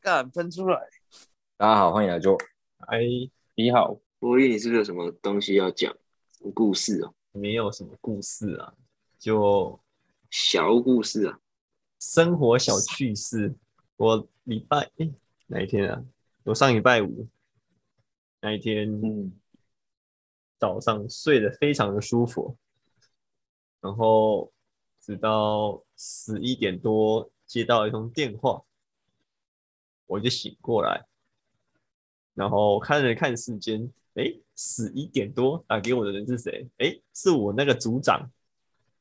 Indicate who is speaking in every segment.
Speaker 1: 干喷出来！
Speaker 2: 大家好，欢迎来做。
Speaker 3: 哎，
Speaker 2: 你好，
Speaker 4: 魔力，你是不是有什么东西要讲？什么故事哦？
Speaker 3: 没有什么故事啊，就
Speaker 4: 小故事啊？
Speaker 3: 生活小趣事。我礼拜哎、哪一天啊？我上礼拜五那一天
Speaker 2: 嗯，
Speaker 3: 早上睡得非常的舒服，然后直到十一点多接到一通电话，我就醒过来，然后看了看时间，哎，十一点多打给我的人是谁？哎，是我那个组长。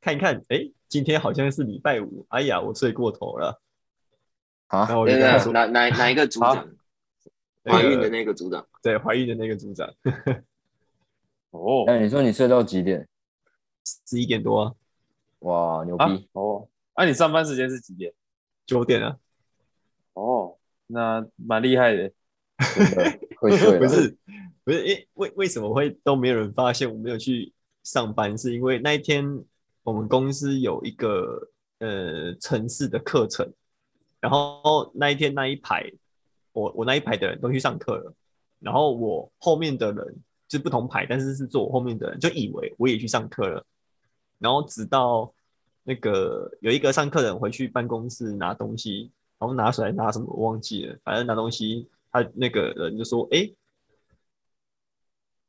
Speaker 3: 看一看，哎，今天好像是礼拜五，哎呀，我睡过头了。
Speaker 2: 啊
Speaker 3: 然后我就
Speaker 4: 对
Speaker 3: 跟他
Speaker 4: 对，
Speaker 3: 说，
Speaker 4: 哎哪哪哪一个组长？
Speaker 3: 那个
Speaker 4: 怀孕的那个组长？
Speaker 3: 对，怀孕的那个组长，
Speaker 1: 哦
Speaker 2: 哎、你说你睡到几点？
Speaker 3: 十一点多啊，
Speaker 2: 哇，牛逼！
Speaker 1: 啊哦，那、你上班时间是几点？
Speaker 3: 九点啊，
Speaker 1: 哦，那蛮厉害的。
Speaker 2: 真的 会睡了。
Speaker 3: 不是不是，诶，为为什么会都没有人发现我没有去上班？是因为那一天我们公司有一个呃城市的课程，然后那一天那一排，我我那一排的人都去上课了，然后我后面的人就不同排，但是是坐我后面的人，就以为我也去上课了，然后直到那个有一个上课的人回去办公室拿东西，然后拿出来拿什么我忘记了，反正拿东西，他那个人就说：“诶，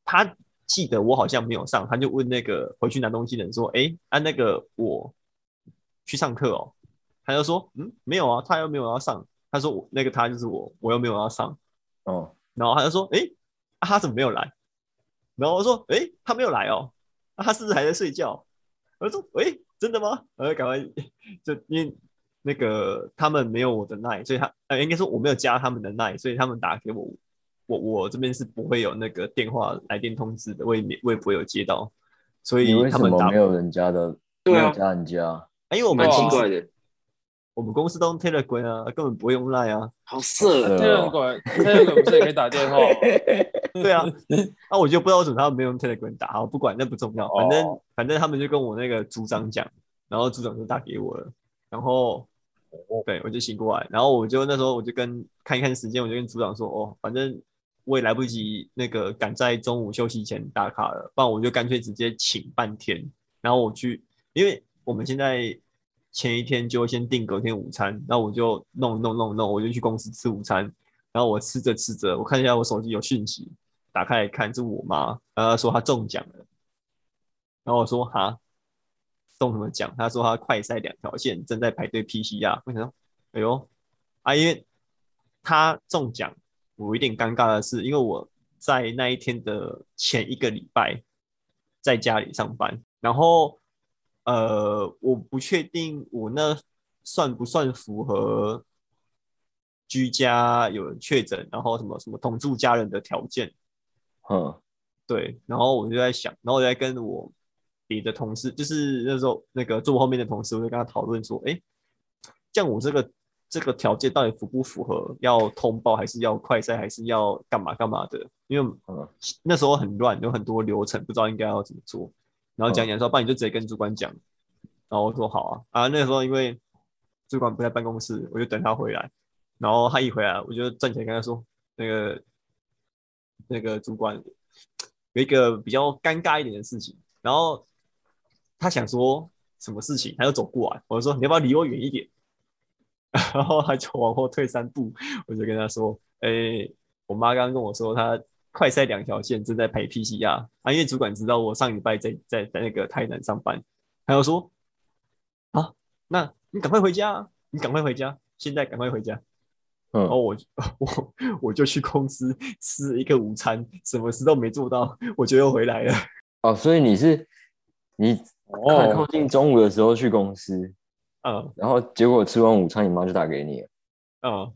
Speaker 3: 他记得我好像没有上，他就问那个回去拿东西的人说：‘诶，啊那个我去上课哦。’他就说：‘嗯，没有啊，他又没有要上。’他说我：‘那个他就是我，我又没有要上。’
Speaker 2: 哦，
Speaker 3: 然后他就说：“诶，啊他怎么没有来？”然后我说：“诶，他没有来哦，啊、他是不是还在睡觉？”我就说：“诶，真的吗？”然后赶快就因为那个他们没有我的 line，所以他呃应该说我没有加他们的 line，所以他们打给我，我我这边是不会有那个电话来电通知的，我也没我也不会有接到，所
Speaker 2: 你
Speaker 3: 以
Speaker 2: 为
Speaker 3: 他
Speaker 2: 什
Speaker 3: 们打
Speaker 2: 么
Speaker 3: 我
Speaker 2: 没有人家的？
Speaker 4: 对啊
Speaker 2: 没有加人家。
Speaker 3: 啊因为我们
Speaker 1: 对啊
Speaker 4: 蛮奇
Speaker 3: 公司
Speaker 4: 怪的，
Speaker 3: 我们公司都用 Telegram 啊，根本不会用 line 啊，
Speaker 4: 好色
Speaker 2: 好色
Speaker 4: 啊！
Speaker 1: 这个鬼，这个鬼不是也可以打电话吗？
Speaker 3: 对啊，啊，我就不知道为什么他们没有用 Telegram 打，好，不管那不重要，反正、反正他们就跟我那个组长讲，然后组长就打给我了，然后对我就醒过来，然后我就那时候我就跟看一看时间，我就跟组长说，哦，反正我也来不及那个赶在中午休息前打卡了，不然我就干脆直接请半天，然后我去，因为我们现在前一天就先订隔天午餐，那我就弄一弄弄一弄，我就去公司吃午餐。然后我吃着吃着，我看一下我手机有讯息，打开来看，是我妈，然后她说她中奖了，然后我说哈，中什么奖？她说她快筛两条线，正在排队 PCR。我想说，哎呦，啊，因为她中奖，我有一点尴尬的是，因为我在那一天的前一个礼拜在家里上班，然后呃，我不确定我那算不算符合居家有人确诊，然后什么什么同住家人的条件。
Speaker 2: 哼，
Speaker 3: 对，然后我就在想，然后我就在跟我别的同事，就是那时候那个坐我后面的同事，我就跟他讨论说，哎，像我这个这个条件到底符不符合？要通报还是要快筛，还是要干嘛干嘛的？因为
Speaker 2: 嗯
Speaker 3: 那时候很乱，有很多流程，不知道应该要怎么做。然后讲讲说，不然你就直接跟主管讲。然后我说好啊，啊，那时候因为主管不在办公室，我就等他回来。然后他一回来，我就站起来跟他说，那个那个主管有一个比较尴尬一点的事情，然后他想说什么事情，他就走过来，我就说你要不要离我远一点？ 然后他就往后退三步，我就跟他说，诶、我妈刚刚跟我说她快筛两条线正在排 PCR，啊，因为主管知道我上礼拜在在在那个台南上班，他就说，啊，那你赶快回家啊，你赶快回家，现在赶快回家。
Speaker 2: 嗯
Speaker 3: 然后我就 我我就去公司吃了一个午餐，什么事都没做到，我就又回来了。
Speaker 2: 哦，所以你是你快靠
Speaker 1: 哦，
Speaker 2: 近中午的时候去公司，
Speaker 3: 嗯
Speaker 2: 然后结果吃完午餐，你妈就打给你了。
Speaker 3: 嗯，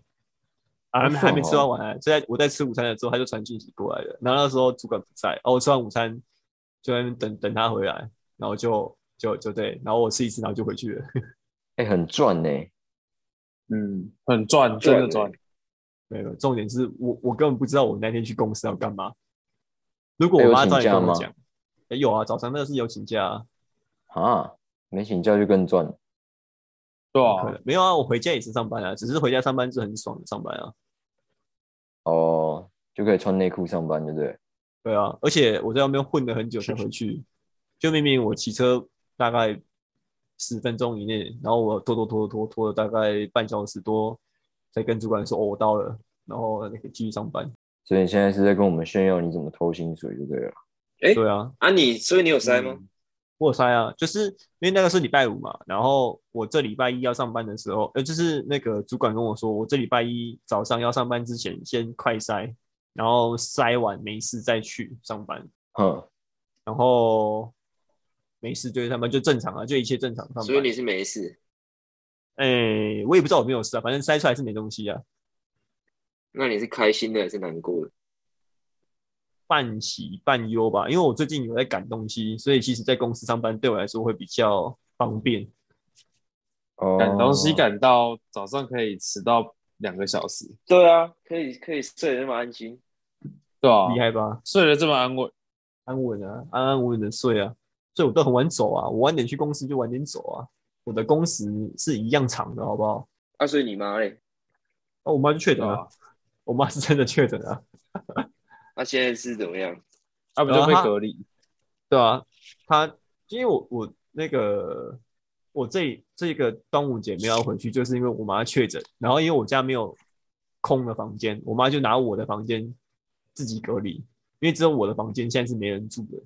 Speaker 3: 啊，还没还没吃完晚安，所以我在吃午餐的时候，他就传讯息过来了。然后那时候主管不在，哦，我吃完午餐就在那边等等他回来，然后就就就对，然后我吃一次，然后就回去了。
Speaker 2: 哎、很赚呢、
Speaker 1: 嗯，很赚，真的赚。
Speaker 3: 没有，重点是我我根本不知道我那天去公司要干嘛。如果
Speaker 2: 哎
Speaker 3: 我
Speaker 2: 有
Speaker 3: 妈早
Speaker 2: 请
Speaker 3: 点
Speaker 2: 假
Speaker 3: 跟我
Speaker 2: 吗
Speaker 3: 讲，哎有啊，早上那个是有请假、啊，
Speaker 2: 啊，没请假就更赚。
Speaker 1: 对
Speaker 3: 可
Speaker 1: 啊，
Speaker 3: 哦能没有啊，我回家也是上班啊，只是回家上班是很爽的上班啊。
Speaker 2: 哦，就可以穿内裤上班，对不对？
Speaker 3: 对啊，而且我在外面混了很久才回去，就明明我骑车大概十分钟以内，然后我拖拖拖拖拖了大概半小时多，才跟主管说哦我到了，然后那个继续上班。
Speaker 2: 所以你现在是在跟我们炫耀你怎么偷薪水就对了。
Speaker 4: 诶
Speaker 3: 对啊，
Speaker 4: 啊你，所以你有塞吗？
Speaker 3: 我有塞啊，就是因为那个是礼拜五嘛，然后我这礼拜一要上班的时候，呃，就是那个主管跟我说，我这礼拜一早上要上班之前先快塞，然后塞完没事再去上班，
Speaker 2: 嗯哼，
Speaker 3: 然后没事就去上班，就正常啊，就一切正常上班。
Speaker 4: 所以你是没事。
Speaker 3: 哎、我也不知道有没有事啊，反正塞出来是没东西啊，
Speaker 4: 那你是开心的还是难过的？
Speaker 3: 半喜半忧吧。因为我最近有在赶东西，所以其实在公司上班对我来说会比较方便。
Speaker 2: 哦，
Speaker 1: 赶东西赶到早上可以迟到两个小时，
Speaker 4: 对啊，可以可以睡得那么安心。
Speaker 1: 对啊吧、
Speaker 3: 厉害吧？
Speaker 1: 睡得这么安稳，
Speaker 3: 安稳啊，安安稳稳的睡啊。所以我都很晚走啊，我晚点去公司就晚点走啊。我的工时是一样长的，好不好？
Speaker 4: 啊，所以你妈嘞？
Speaker 3: 那、我妈就确
Speaker 1: 对
Speaker 3: 诊
Speaker 1: 吧、
Speaker 3: 了，
Speaker 1: 啊？
Speaker 3: 我妈是真的确诊了，
Speaker 4: 那、啊现在是怎么样？
Speaker 1: 啊不就被隔离？
Speaker 3: 对啊，她因为我我那个我这这个端午节没有要回去，就是因为我妈确诊，然后因为我家没有空的房间，我妈就拿我的房间自己隔离，因为只有我的房间现在是没人住的，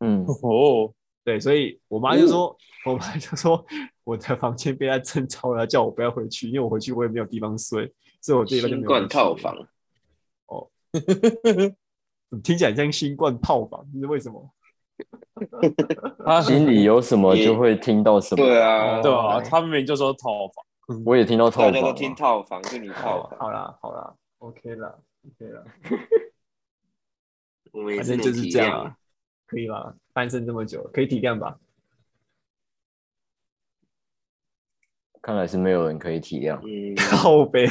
Speaker 2: 嗯，
Speaker 1: 哦，
Speaker 3: 对，所以我妈就
Speaker 4: 哦
Speaker 3: 说，我妈就说我的房间被她征超了，叫我不要回去，因为我回去我也没有地方睡，所以我这一班就没
Speaker 4: 新
Speaker 3: 有回去
Speaker 4: 冠套房，
Speaker 3: 嗯听起来像新冠套房，是为什么？
Speaker 1: 他
Speaker 2: 心里有什么就会听到什么。
Speaker 4: 对 啊，
Speaker 1: 对啊，
Speaker 4: 哎
Speaker 1: 他们明明就说套房，
Speaker 2: 我也听到套
Speaker 4: 大
Speaker 2: 房
Speaker 4: 家
Speaker 2: 啊、
Speaker 4: 都听套房，就你套
Speaker 3: 好，
Speaker 4: 房，
Speaker 3: 好啦，好啦，OK 啦，OK 啦，
Speaker 4: 我们也
Speaker 3: 反
Speaker 4: 是
Speaker 3: 正
Speaker 4: 能
Speaker 3: 就是
Speaker 4: 体
Speaker 3: 这样
Speaker 4: 谅。。
Speaker 3: 啊，可以啦，单身这么久，可以体谅吧？
Speaker 2: 看来是没有人可以体谅
Speaker 4: 嗯，
Speaker 3: 靠 背，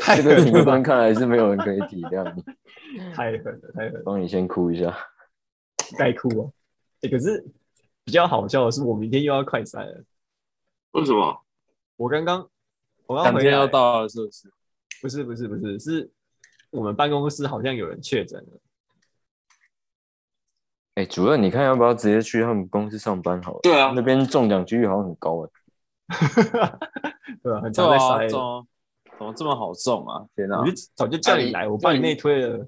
Speaker 3: 太
Speaker 2: 这个
Speaker 3: 狠
Speaker 2: 评
Speaker 3: 了吧
Speaker 2: 分，看来是没有人可以体谅你。
Speaker 3: 太狠了，太狠了，
Speaker 2: 帮你先哭一下。
Speaker 3: 该哭哦。欸可是比较好笑的是，我明天又要快筛了。
Speaker 4: 为什么？
Speaker 3: 我刚刚，我刚
Speaker 1: 两
Speaker 3: 回
Speaker 1: 天
Speaker 3: 来
Speaker 1: 要，到了，是不是？
Speaker 3: 不是不是不是，是我们办公室好像有人确诊了。
Speaker 2: 哎、主任，你看要不要直接去他们公司上班好了？
Speaker 4: 对啊
Speaker 2: 那边中奖几率好像很高哎。
Speaker 3: 对啊，很
Speaker 1: 对
Speaker 3: 常在嗯
Speaker 1: 啊，
Speaker 3: 筛
Speaker 1: 中
Speaker 3: 的。
Speaker 1: 啊怎么这么好中啊？天哪
Speaker 3: 我！就早就叫你
Speaker 4: 啊
Speaker 3: 来，
Speaker 4: 你
Speaker 3: 我帮你内推了。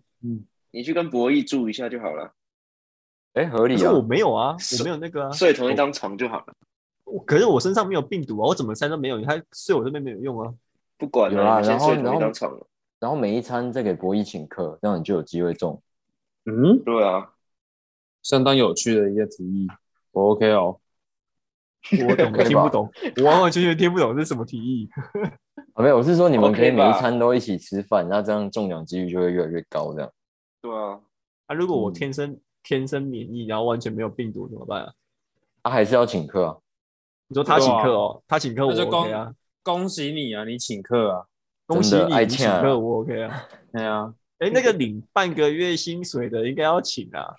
Speaker 4: 你去跟博弈住一下就好了，
Speaker 2: 哎、合
Speaker 3: 可
Speaker 2: 理
Speaker 3: 是
Speaker 2: 啊
Speaker 3: 我。没有啊，
Speaker 4: 是
Speaker 3: 我没有那个啊。
Speaker 4: 睡同一张床就好了，
Speaker 3: 我可是我身上没有病毒啊，我怎么筛都没有，他睡我这边没有用啊。
Speaker 4: 不管
Speaker 2: 有啊
Speaker 4: 了，你先
Speaker 2: 然后
Speaker 4: 睡同一
Speaker 2: 然后
Speaker 4: 张床了。
Speaker 2: 然后每一餐再给博弈请客，这样你就有机会中。
Speaker 1: 嗯，
Speaker 4: 对啊，
Speaker 1: 相当有趣的一个提议，我 OK 哦。
Speaker 3: 我懂，
Speaker 2: 可以吧
Speaker 3: 听不懂，我完完全全听不懂这是什么提议。
Speaker 2: 啊，没有，我是说你们可以
Speaker 4: OK
Speaker 2: 每
Speaker 4: 吧
Speaker 2: 一餐都一起吃饭，那这样中奖几率就会越来越高。这样
Speaker 4: 对啊，
Speaker 3: 啊，如果我
Speaker 2: 嗯
Speaker 3: 天生天生免疫，然后完全没有病毒怎么办啊？
Speaker 2: 啊，还是要请客啊。
Speaker 3: 你说他请客哦，他请客我
Speaker 1: 那就光
Speaker 3: OK 啊，
Speaker 1: 恭喜你啊，你请客啊！
Speaker 3: 恭喜
Speaker 2: 真的
Speaker 3: 你，
Speaker 2: 爱
Speaker 3: 你请
Speaker 2: 请啊
Speaker 3: 客我 OK 啊。
Speaker 1: 对啊，
Speaker 3: 哎，那个领半个月薪水的应该要请啊。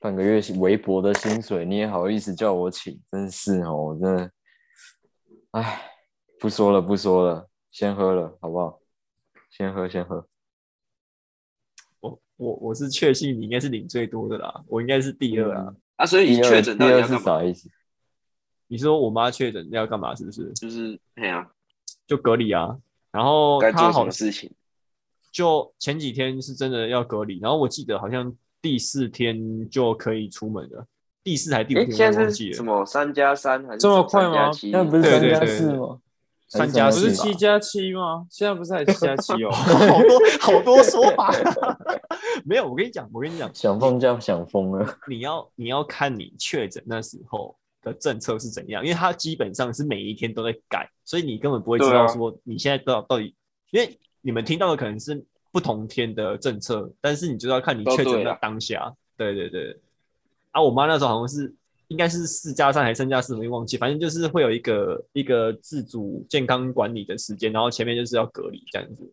Speaker 2: 半个月微薄的薪水，你也好意思叫我请，真是哦，我真的，哎，不说了，不说了，先喝了，好不好？先喝，先喝。
Speaker 3: 我我我是确信你应该是领最多的啦，我应该是第二啊。
Speaker 4: 啊，所以你
Speaker 2: 第二，
Speaker 4: 确诊
Speaker 2: 第
Speaker 4: 到底
Speaker 2: 二
Speaker 4: 要
Speaker 2: 是
Speaker 4: 干嘛？
Speaker 2: 啥意思？
Speaker 3: 你说我妈确诊要干嘛？是不是
Speaker 4: 就是哎呀，
Speaker 3: 就隔离啊？然后
Speaker 4: 该
Speaker 3: 她
Speaker 4: 做什
Speaker 3: 好
Speaker 4: 么事情？
Speaker 3: 就前几天是真的要隔离，然后我记得好像第四天就可以出门了，第四还是第五
Speaker 4: 哎，
Speaker 3: 天
Speaker 4: 现
Speaker 3: 我
Speaker 4: 在
Speaker 3: 忘
Speaker 4: 是
Speaker 3: 记
Speaker 4: 什
Speaker 3: 了，
Speaker 4: 么三加三还是
Speaker 1: 这么快
Speaker 4: 三加
Speaker 1: 吗
Speaker 4: 七？
Speaker 2: 那不是
Speaker 3: 对
Speaker 2: 三
Speaker 3: 对
Speaker 2: 加
Speaker 3: 对
Speaker 2: 四吗？
Speaker 3: 三加
Speaker 1: 不
Speaker 3: 四
Speaker 1: 是
Speaker 3: 吧
Speaker 1: 七加七吗？现在不是还七加七 哦？
Speaker 3: 好多好多说法。 没有，我跟你讲，我跟你讲，
Speaker 2: 想放假想疯了，
Speaker 3: 你要你要看你确诊那时候的政策是怎样，因为它基本上是每一天都在改，所以你根本不会知
Speaker 4: 对
Speaker 3: 道
Speaker 4: 啊
Speaker 3: 说你现在到到底，因为你们听到的可能是不同天的政策，但是你就要看你
Speaker 4: 都
Speaker 3: 确诊
Speaker 4: 对
Speaker 3: 的
Speaker 4: 啦
Speaker 3: 当下。对对对，啊，我妈那时候好像是应该是四加三还是三加四，我已经忘记，反正就是会有一个一个自主健康管理的时间，然后前面就是要隔离这样子，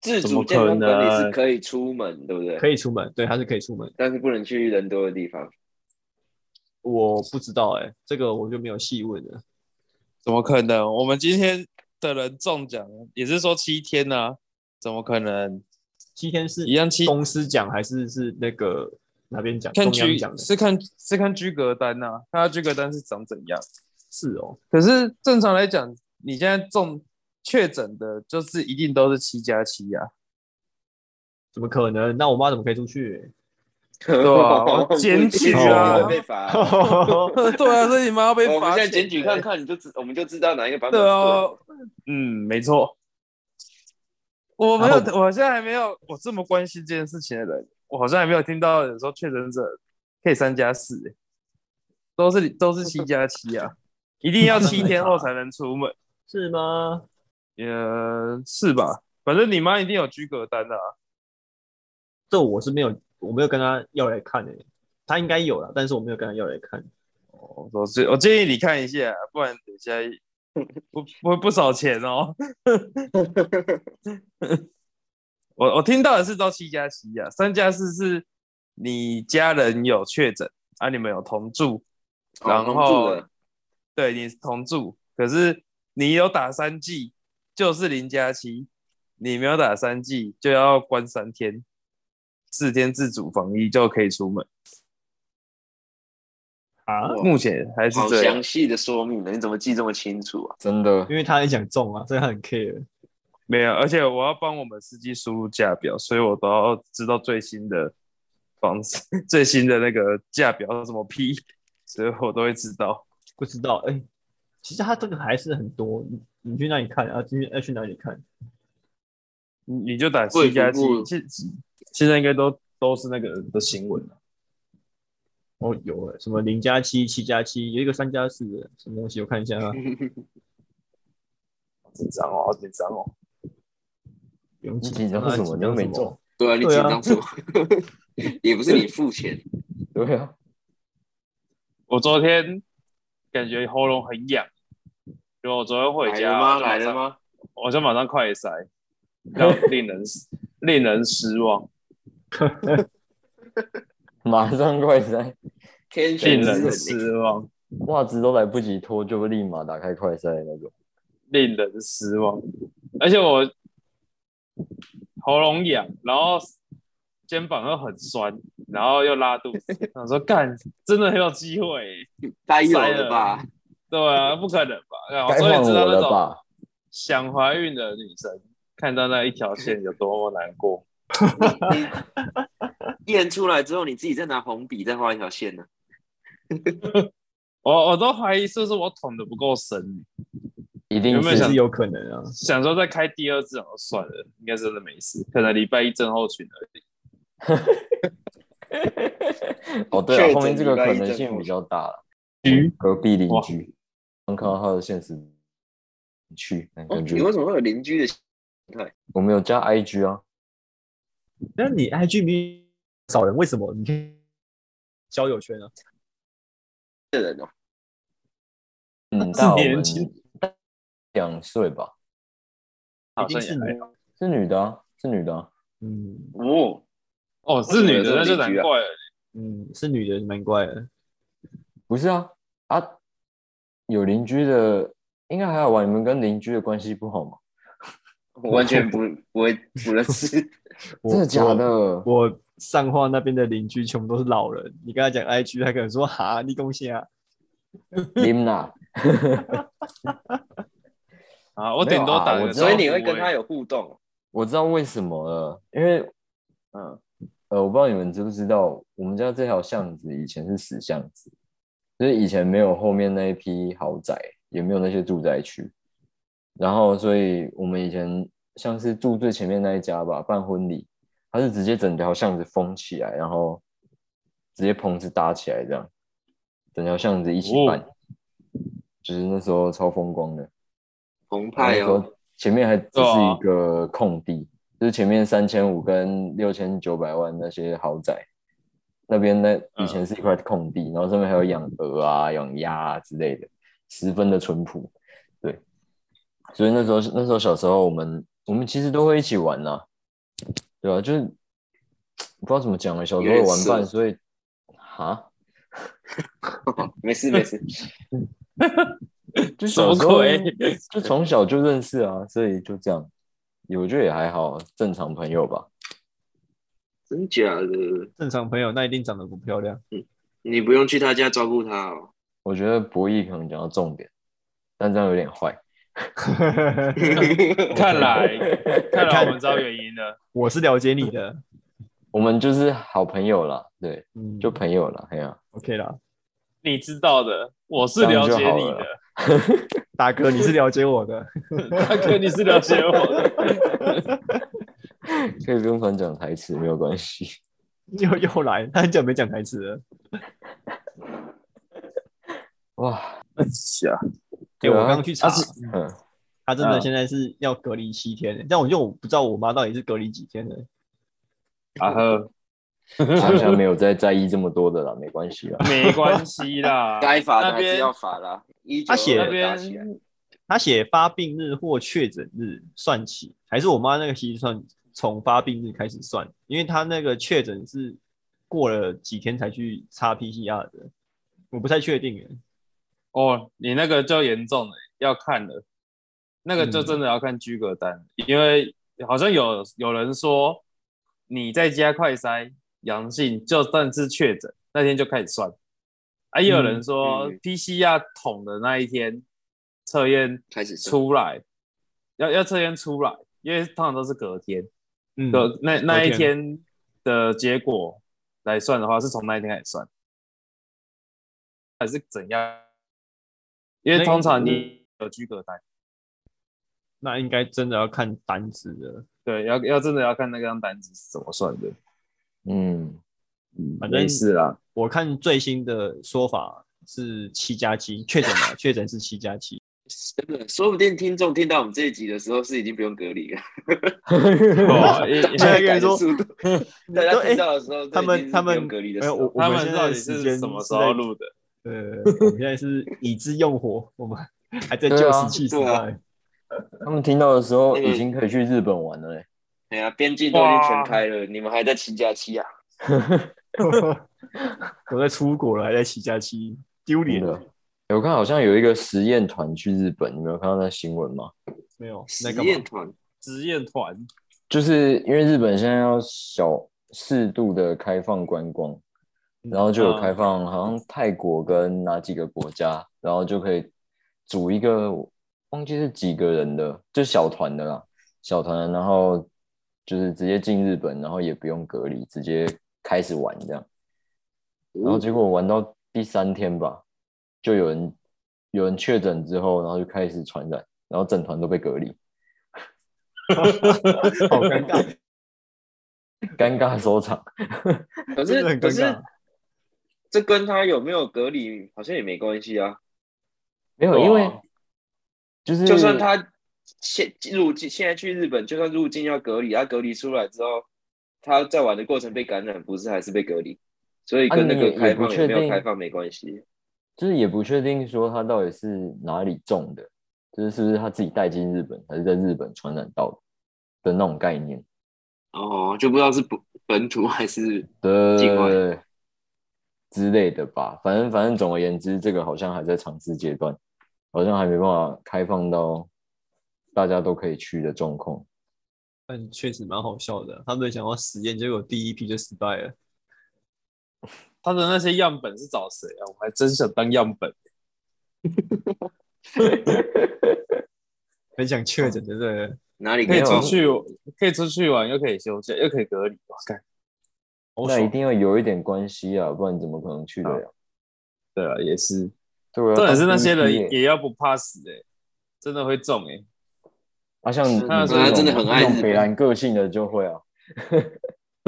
Speaker 4: 自
Speaker 1: 怎么
Speaker 4: 主健
Speaker 1: 可
Speaker 4: 康管理是
Speaker 1: 能
Speaker 4: 可以出门，对不对？
Speaker 3: 可以出门，对，她是可以出门。
Speaker 4: 但是不能去人多的地方。
Speaker 3: 欸我不知道哎、这个我就没有细问了。
Speaker 1: 怎么可能？我们今天的人中奖，也是说七天呐、怎么可能
Speaker 3: 七天是
Speaker 1: 一样七？
Speaker 3: 公司奖还是是那个哪边奖？
Speaker 1: 看
Speaker 3: 中央
Speaker 1: 居
Speaker 3: 奖的？
Speaker 1: 是看是看居格单呐、看他居格单是长怎样。
Speaker 3: 是哦，
Speaker 1: 可是正常来讲，你现在中确诊的，就是一定都是七加七啊呀，
Speaker 3: 怎么可能？那我妈怎么可以出去？欸
Speaker 4: 对
Speaker 1: 吧我检举
Speaker 3: 啊
Speaker 4: 会被罚。
Speaker 1: 对啊，所以你妈要被
Speaker 4: 我们
Speaker 1: 罚
Speaker 4: 现在
Speaker 1: 钱。
Speaker 4: 检举 看看，你就知我们就知道哪一个版本
Speaker 1: 对
Speaker 4: 是
Speaker 1: 啊，嗯，没错。我没有
Speaker 3: 然，
Speaker 1: 我现在还没有我这么关心这件事情的人，我好像还没有听到有说确诊者可以三加四，欸都是都是七加七啊，一定要七天后才能出门，
Speaker 3: 是吗？
Speaker 1: 呃，是吧？反正你妈一定有居格单的、啊，
Speaker 3: 这我是没有，我没有跟她要来看诶、欸她应该有啦，但是我没有跟她要来看。
Speaker 1: 我我建我建议你看一下，不然等一下不不不少钱哦。 我我听到的是都七加七啊，三加四是你家人有确诊啊，你们有同住，
Speaker 4: 哦
Speaker 1: 然
Speaker 4: 同住
Speaker 1: 后
Speaker 4: 的
Speaker 1: 对你同住，可是你有打三剂就是零加七，你没有打三剂就要关三天，四天自主防疫就可以出门。
Speaker 3: 啊，
Speaker 1: 目前还是
Speaker 4: 好
Speaker 1: 这样
Speaker 4: 详，细的说明了，你怎么记这么清楚啊？
Speaker 2: 真的
Speaker 3: 因为她很想中啊，所以她很 care。
Speaker 1: 没有，而且我要帮我们司机输入价表，所以我都要知道最新的房子、 最新的那个价表怎么批，所以我都会知道。
Speaker 3: 不知道，哎、其实它这个还是很多，你你去哪里看啊？去要去哪里看？
Speaker 1: 你你就打
Speaker 4: 贵
Speaker 1: 七加
Speaker 4: 不
Speaker 1: 七，
Speaker 4: 过
Speaker 1: 现现在应该都都是那个的新闻了。啊
Speaker 3: 哦，有哎、什么零加七、七加七，有一个三加四的，什么东西？我看一下啊，
Speaker 1: 好紧张哦，好紧张哦！
Speaker 3: 不用
Speaker 2: 你紧张什么
Speaker 3: 紧
Speaker 2: 你又
Speaker 3: 张
Speaker 2: 没
Speaker 3: 什么
Speaker 2: 中
Speaker 4: 对啊，你
Speaker 3: 对
Speaker 4: 紧
Speaker 3: 啊
Speaker 4: 张什么？ 也不是你付钱，
Speaker 2: 对啊，
Speaker 1: 我昨天感觉喉咙很痒，因为我昨天回
Speaker 4: 来
Speaker 1: 家
Speaker 4: 了吗？
Speaker 1: 我就马
Speaker 4: 来
Speaker 1: 上
Speaker 4: 了？吗？
Speaker 1: 我就马上快筛，让令人 令人失 望。
Speaker 2: 马上快塞，
Speaker 4: 天
Speaker 1: 令
Speaker 4: 选之
Speaker 1: 人
Speaker 4: 人，欸
Speaker 1: 失望，
Speaker 2: 袜子都来不及脱，就立马打开快塞的那种。
Speaker 1: 令人失望。而且我喉咙痒，然后肩膀又很酸，然后又拉肚子。我说干，真的很有机会耶。
Speaker 4: 该有的吧？
Speaker 1: 对啊，不可能吧？干我
Speaker 2: 该
Speaker 1: 终
Speaker 2: 换
Speaker 1: 于知
Speaker 2: 我
Speaker 1: 道那
Speaker 2: 了
Speaker 1: 种
Speaker 2: 吧？
Speaker 1: 想怀孕的女生看到那一条线有多么难过。
Speaker 4: 你你验出来之后，你自己再拿红笔再画一条线呢？
Speaker 1: 我我都怀疑是不是我捅的不够深，
Speaker 2: 一定
Speaker 1: 有没有
Speaker 3: 也
Speaker 2: 是
Speaker 1: 想
Speaker 3: 是有可能啊。
Speaker 1: 想说再开第二次，我算了，应该真的没事，可能礼拜一症候群而已。
Speaker 2: 哦，对
Speaker 4: 确
Speaker 2: 啊，
Speaker 4: 诊
Speaker 2: 后面这个
Speaker 4: 礼拜
Speaker 2: 可
Speaker 4: 一
Speaker 2: 能
Speaker 4: 症
Speaker 2: 性
Speaker 4: 候
Speaker 2: 比较大了。
Speaker 1: 嗯
Speaker 2: 隔壁邻
Speaker 1: 哇
Speaker 2: 居，刚看到他的现实区，那
Speaker 4: 哦
Speaker 2: 感
Speaker 4: 你
Speaker 2: 觉
Speaker 4: 为什么会有邻居的？
Speaker 2: 我们有加 IG 啊，
Speaker 3: 那你 IG 名少人，为什么？你可以交友圈啊？
Speaker 4: 的人哦，
Speaker 2: 嗯，大我
Speaker 1: 年
Speaker 2: 们
Speaker 1: 轻
Speaker 2: 两岁吧，
Speaker 1: 好
Speaker 3: 一定
Speaker 1: 像也
Speaker 3: 是
Speaker 1: 还
Speaker 3: 你
Speaker 1: 好。
Speaker 3: 啊。
Speaker 2: 是女的啊，是女的啊，
Speaker 3: 嗯
Speaker 4: 哦，
Speaker 1: 哦，是女的那就难怪了。
Speaker 3: 嗯，是女的，蛮怪的。
Speaker 2: 不是啊啊，有邻居的应该还好吧？你们跟邻居的关系不好吗？
Speaker 4: 我完全不 不会不认识。
Speaker 3: 我
Speaker 2: 真的假？的？
Speaker 3: 我我上化那边的邻居全部都是老人，你跟他讲 IG，他可能说哈，你恭喜啊。
Speaker 2: 林娜，
Speaker 1: 啊，我顶多打
Speaker 2: 没
Speaker 1: 个
Speaker 2: 有啊
Speaker 1: 招呼
Speaker 2: 我知道
Speaker 4: 所
Speaker 1: 而
Speaker 4: 以
Speaker 1: 已，
Speaker 4: 你会跟他有互动？
Speaker 2: 我知道为什么了，因为
Speaker 4: 嗯，
Speaker 2: 呃，我不知道你们知不知道，我们家这条巷子以前是死巷子，就是以前没有后面那一批豪宅，也没有那些住宅区，然后所以我们以前像是住最前面那一家吧，办婚礼，它是直接整条巷子封起来，然后直接棚子搭起来这样，整条巷子一起办，就是那时候超风光的。
Speaker 4: 澎
Speaker 1: 哎
Speaker 2: 那
Speaker 4: 湃
Speaker 2: 时候
Speaker 4: 哦，
Speaker 2: 前面还只
Speaker 1: 对
Speaker 2: 是
Speaker 1: 啊
Speaker 2: 一个空地，就是前面三千五跟六千九百万那些豪宅，那边那
Speaker 1: 嗯
Speaker 2: 以前是一块空地，然后上面还有养鹅啊、养鸭啊之类的，十分的淳朴。对，所以那时候那时候小时候我们我们其实都会一起玩呐、对啊，就是不知道怎么讲了，啊小时候有玩
Speaker 4: 有点色
Speaker 2: 伴，所以啊，
Speaker 4: 没事没事，
Speaker 2: 就
Speaker 1: 什么
Speaker 2: 小时候
Speaker 1: 鬼？
Speaker 2: 就从小就认识啊，所以就这样，我觉得也还好，正常朋友吧。
Speaker 4: 真假的？
Speaker 3: 正常朋友那一定长得不漂亮。
Speaker 4: 你不用去他家照顾他哦。
Speaker 2: 我觉得博弈可能讲到重点，但这样有点坏。
Speaker 1: 看来，看来我们知道原因 了。
Speaker 3: 我是了解你的，
Speaker 2: 我们就是好朋友啦，对，
Speaker 3: 嗯，
Speaker 2: 就朋友啦，哎呀、
Speaker 3: OK 啦。
Speaker 1: 你知道的，我是了解你的，
Speaker 3: 大哥，你是了解我的，
Speaker 1: 大哥，你是了解我 的。
Speaker 2: 可以不用团讲台词，没有关系。
Speaker 3: 又又来，他很久没讲台词了。
Speaker 2: 哇，
Speaker 1: 是啊，
Speaker 2: 对
Speaker 3: 对，
Speaker 2: 啊
Speaker 3: 哎我刚去查
Speaker 1: 他，是
Speaker 2: 嗯，
Speaker 3: 他真的
Speaker 1: 嗯
Speaker 3: 现在是要隔离七天欸，但我就不知道我妈到底是隔离几天的。
Speaker 1: 啊呵，
Speaker 2: 想想嗯没有再在意这么多的啦，没关系啦。
Speaker 1: 没关系 啦。
Speaker 4: 该罚的
Speaker 1: 那
Speaker 4: 还是
Speaker 1: 边
Speaker 4: 要罚啦。一九
Speaker 3: 他写
Speaker 1: 那
Speaker 4: 二打起来
Speaker 1: 边
Speaker 3: 他写发病日或确诊日算起，还是我妈那个其实算从发病日开始算，因为他那个确诊是过了几天才去查 PCR 的，我不太确定欸。
Speaker 1: 哦，你那个就严重了，要看了，那个就真的要看居格单，
Speaker 4: 嗯
Speaker 1: 因为好像有有人说你在家快筛阳性，就算是确诊那天就开始算，啊，也有人说
Speaker 4: 嗯嗯
Speaker 1: PCR 捅的那一天测验
Speaker 4: 开始算
Speaker 1: 出来，要要测验出来，因为通常都是隔天，
Speaker 3: 嗯，
Speaker 1: 隔那那一
Speaker 3: 隔
Speaker 1: 天的结果来算的话，是从那一天开始算，还是怎样？因为
Speaker 3: 那
Speaker 1: 通常你有居隔单，
Speaker 3: 那应该真的要看单子了。
Speaker 1: 对，要要真的要看那张单子是怎么算的。
Speaker 2: 嗯，
Speaker 3: 反正
Speaker 1: 没事啦，
Speaker 3: 我看最新的说法是七加七，确诊 嘛，确诊是七加七。
Speaker 4: 真的，说不定听众听到我们这一集的时候是已经不用隔离了。
Speaker 1: 哇一
Speaker 3: 现 在
Speaker 1: 一
Speaker 3: 跟你说
Speaker 4: 速度，大
Speaker 3: 都
Speaker 4: 家
Speaker 3: 哎
Speaker 4: 听到的时候都已经是
Speaker 3: 他们他们
Speaker 4: 不用隔离的
Speaker 3: 没
Speaker 4: 时
Speaker 3: 有我
Speaker 4: 候，，
Speaker 1: 他
Speaker 3: 我
Speaker 1: 们
Speaker 3: 现
Speaker 1: 到
Speaker 3: 在
Speaker 1: 底
Speaker 3: 的时间
Speaker 1: 是什么时
Speaker 3: 是在
Speaker 1: 候录的？
Speaker 3: 呃，我们现在是已知用火，我们还在旧石器时
Speaker 4: 对啊
Speaker 3: 代。
Speaker 2: 他们听到的时候
Speaker 4: 那个
Speaker 2: 已经可以去日本玩了嘞。
Speaker 4: 哎呀，边境都已经全开了，你们还在七加七啊？
Speaker 3: 我在出国了，还在七加七，丢
Speaker 2: 真
Speaker 3: 脸
Speaker 2: 的，欸我看好像有一个实验团去日本，你没有看到那新闻吗？
Speaker 3: 没有，
Speaker 4: 实
Speaker 3: 那干
Speaker 4: 验
Speaker 3: 嘛？
Speaker 4: 团
Speaker 1: 实验团
Speaker 2: 就是因为日本现在要小适度的开放观光，
Speaker 3: 嗯
Speaker 2: 然后就有
Speaker 1: 嗯
Speaker 2: 开放，好像泰国跟哪几个国家，然后就可以组一个，忘记是几个人的，就小团的啦，小团，然后就是直接进日本，然后也不用隔离，直接开始玩这样。然
Speaker 1: 嗯
Speaker 2: 后结果玩到第三天吧，就有人有人确诊之后，然后就开始传染，然后整团都被隔离，
Speaker 3: 好尴尬，
Speaker 2: 尴尬收场。
Speaker 4: 可
Speaker 3: 真
Speaker 4: 是
Speaker 3: 的很
Speaker 4: 可
Speaker 3: 尴
Speaker 4: 是
Speaker 3: 尬。
Speaker 4: 这跟他有没有隔离好像也没关系啊。
Speaker 2: 没有，
Speaker 1: 对啊
Speaker 2: 因为就是
Speaker 4: 就算他现入境，现在去日本，就算入境要隔离，他隔离出来之后，他在玩的过程被感染，不是还是被隔离？所以
Speaker 2: 啊
Speaker 4: 跟那
Speaker 2: 你
Speaker 4: 个
Speaker 2: 也
Speaker 4: 开
Speaker 2: 也不
Speaker 4: 放
Speaker 2: 确
Speaker 4: 有没有
Speaker 2: 定
Speaker 4: 开放没关系。
Speaker 2: 就是也不确定说他到底是哪里中的，就是是不是他自己带进日本，还是在日本传染到的那种概念。
Speaker 4: 哦，就不知道是本本土还是
Speaker 2: 对
Speaker 4: 境外
Speaker 2: 之类的吧，反正反正总而言之，这个好像还在尝试阶段，好像还没办法开放到大家都可以去的状况。
Speaker 3: 但确实蛮好笑的，他们想要实验，结果第一批就失败了。
Speaker 1: 他的那些样本是找谁啊？我还真想当样本。
Speaker 3: 很想确诊，对不对？
Speaker 4: 哪里
Speaker 1: 可以
Speaker 4: 开
Speaker 1: 出
Speaker 4: 放？
Speaker 1: 去，可以出去玩，又可以休假，又可以隔离。我看，
Speaker 3: 好
Speaker 2: 那一
Speaker 3: 爽，
Speaker 2: 定要有一点关系啊，不然怎么可能去得了？
Speaker 1: 对啊，也是。
Speaker 2: 对啊，
Speaker 1: 重点是那些
Speaker 2: 当
Speaker 1: 人
Speaker 2: DP 耶
Speaker 1: 也要不怕死哎、真的会中哎、
Speaker 2: 啊，像你
Speaker 1: 那
Speaker 2: 这
Speaker 1: 他
Speaker 2: 种
Speaker 4: 真的很爱
Speaker 2: 这种
Speaker 4: 日本
Speaker 2: 北兰个性的就会啊，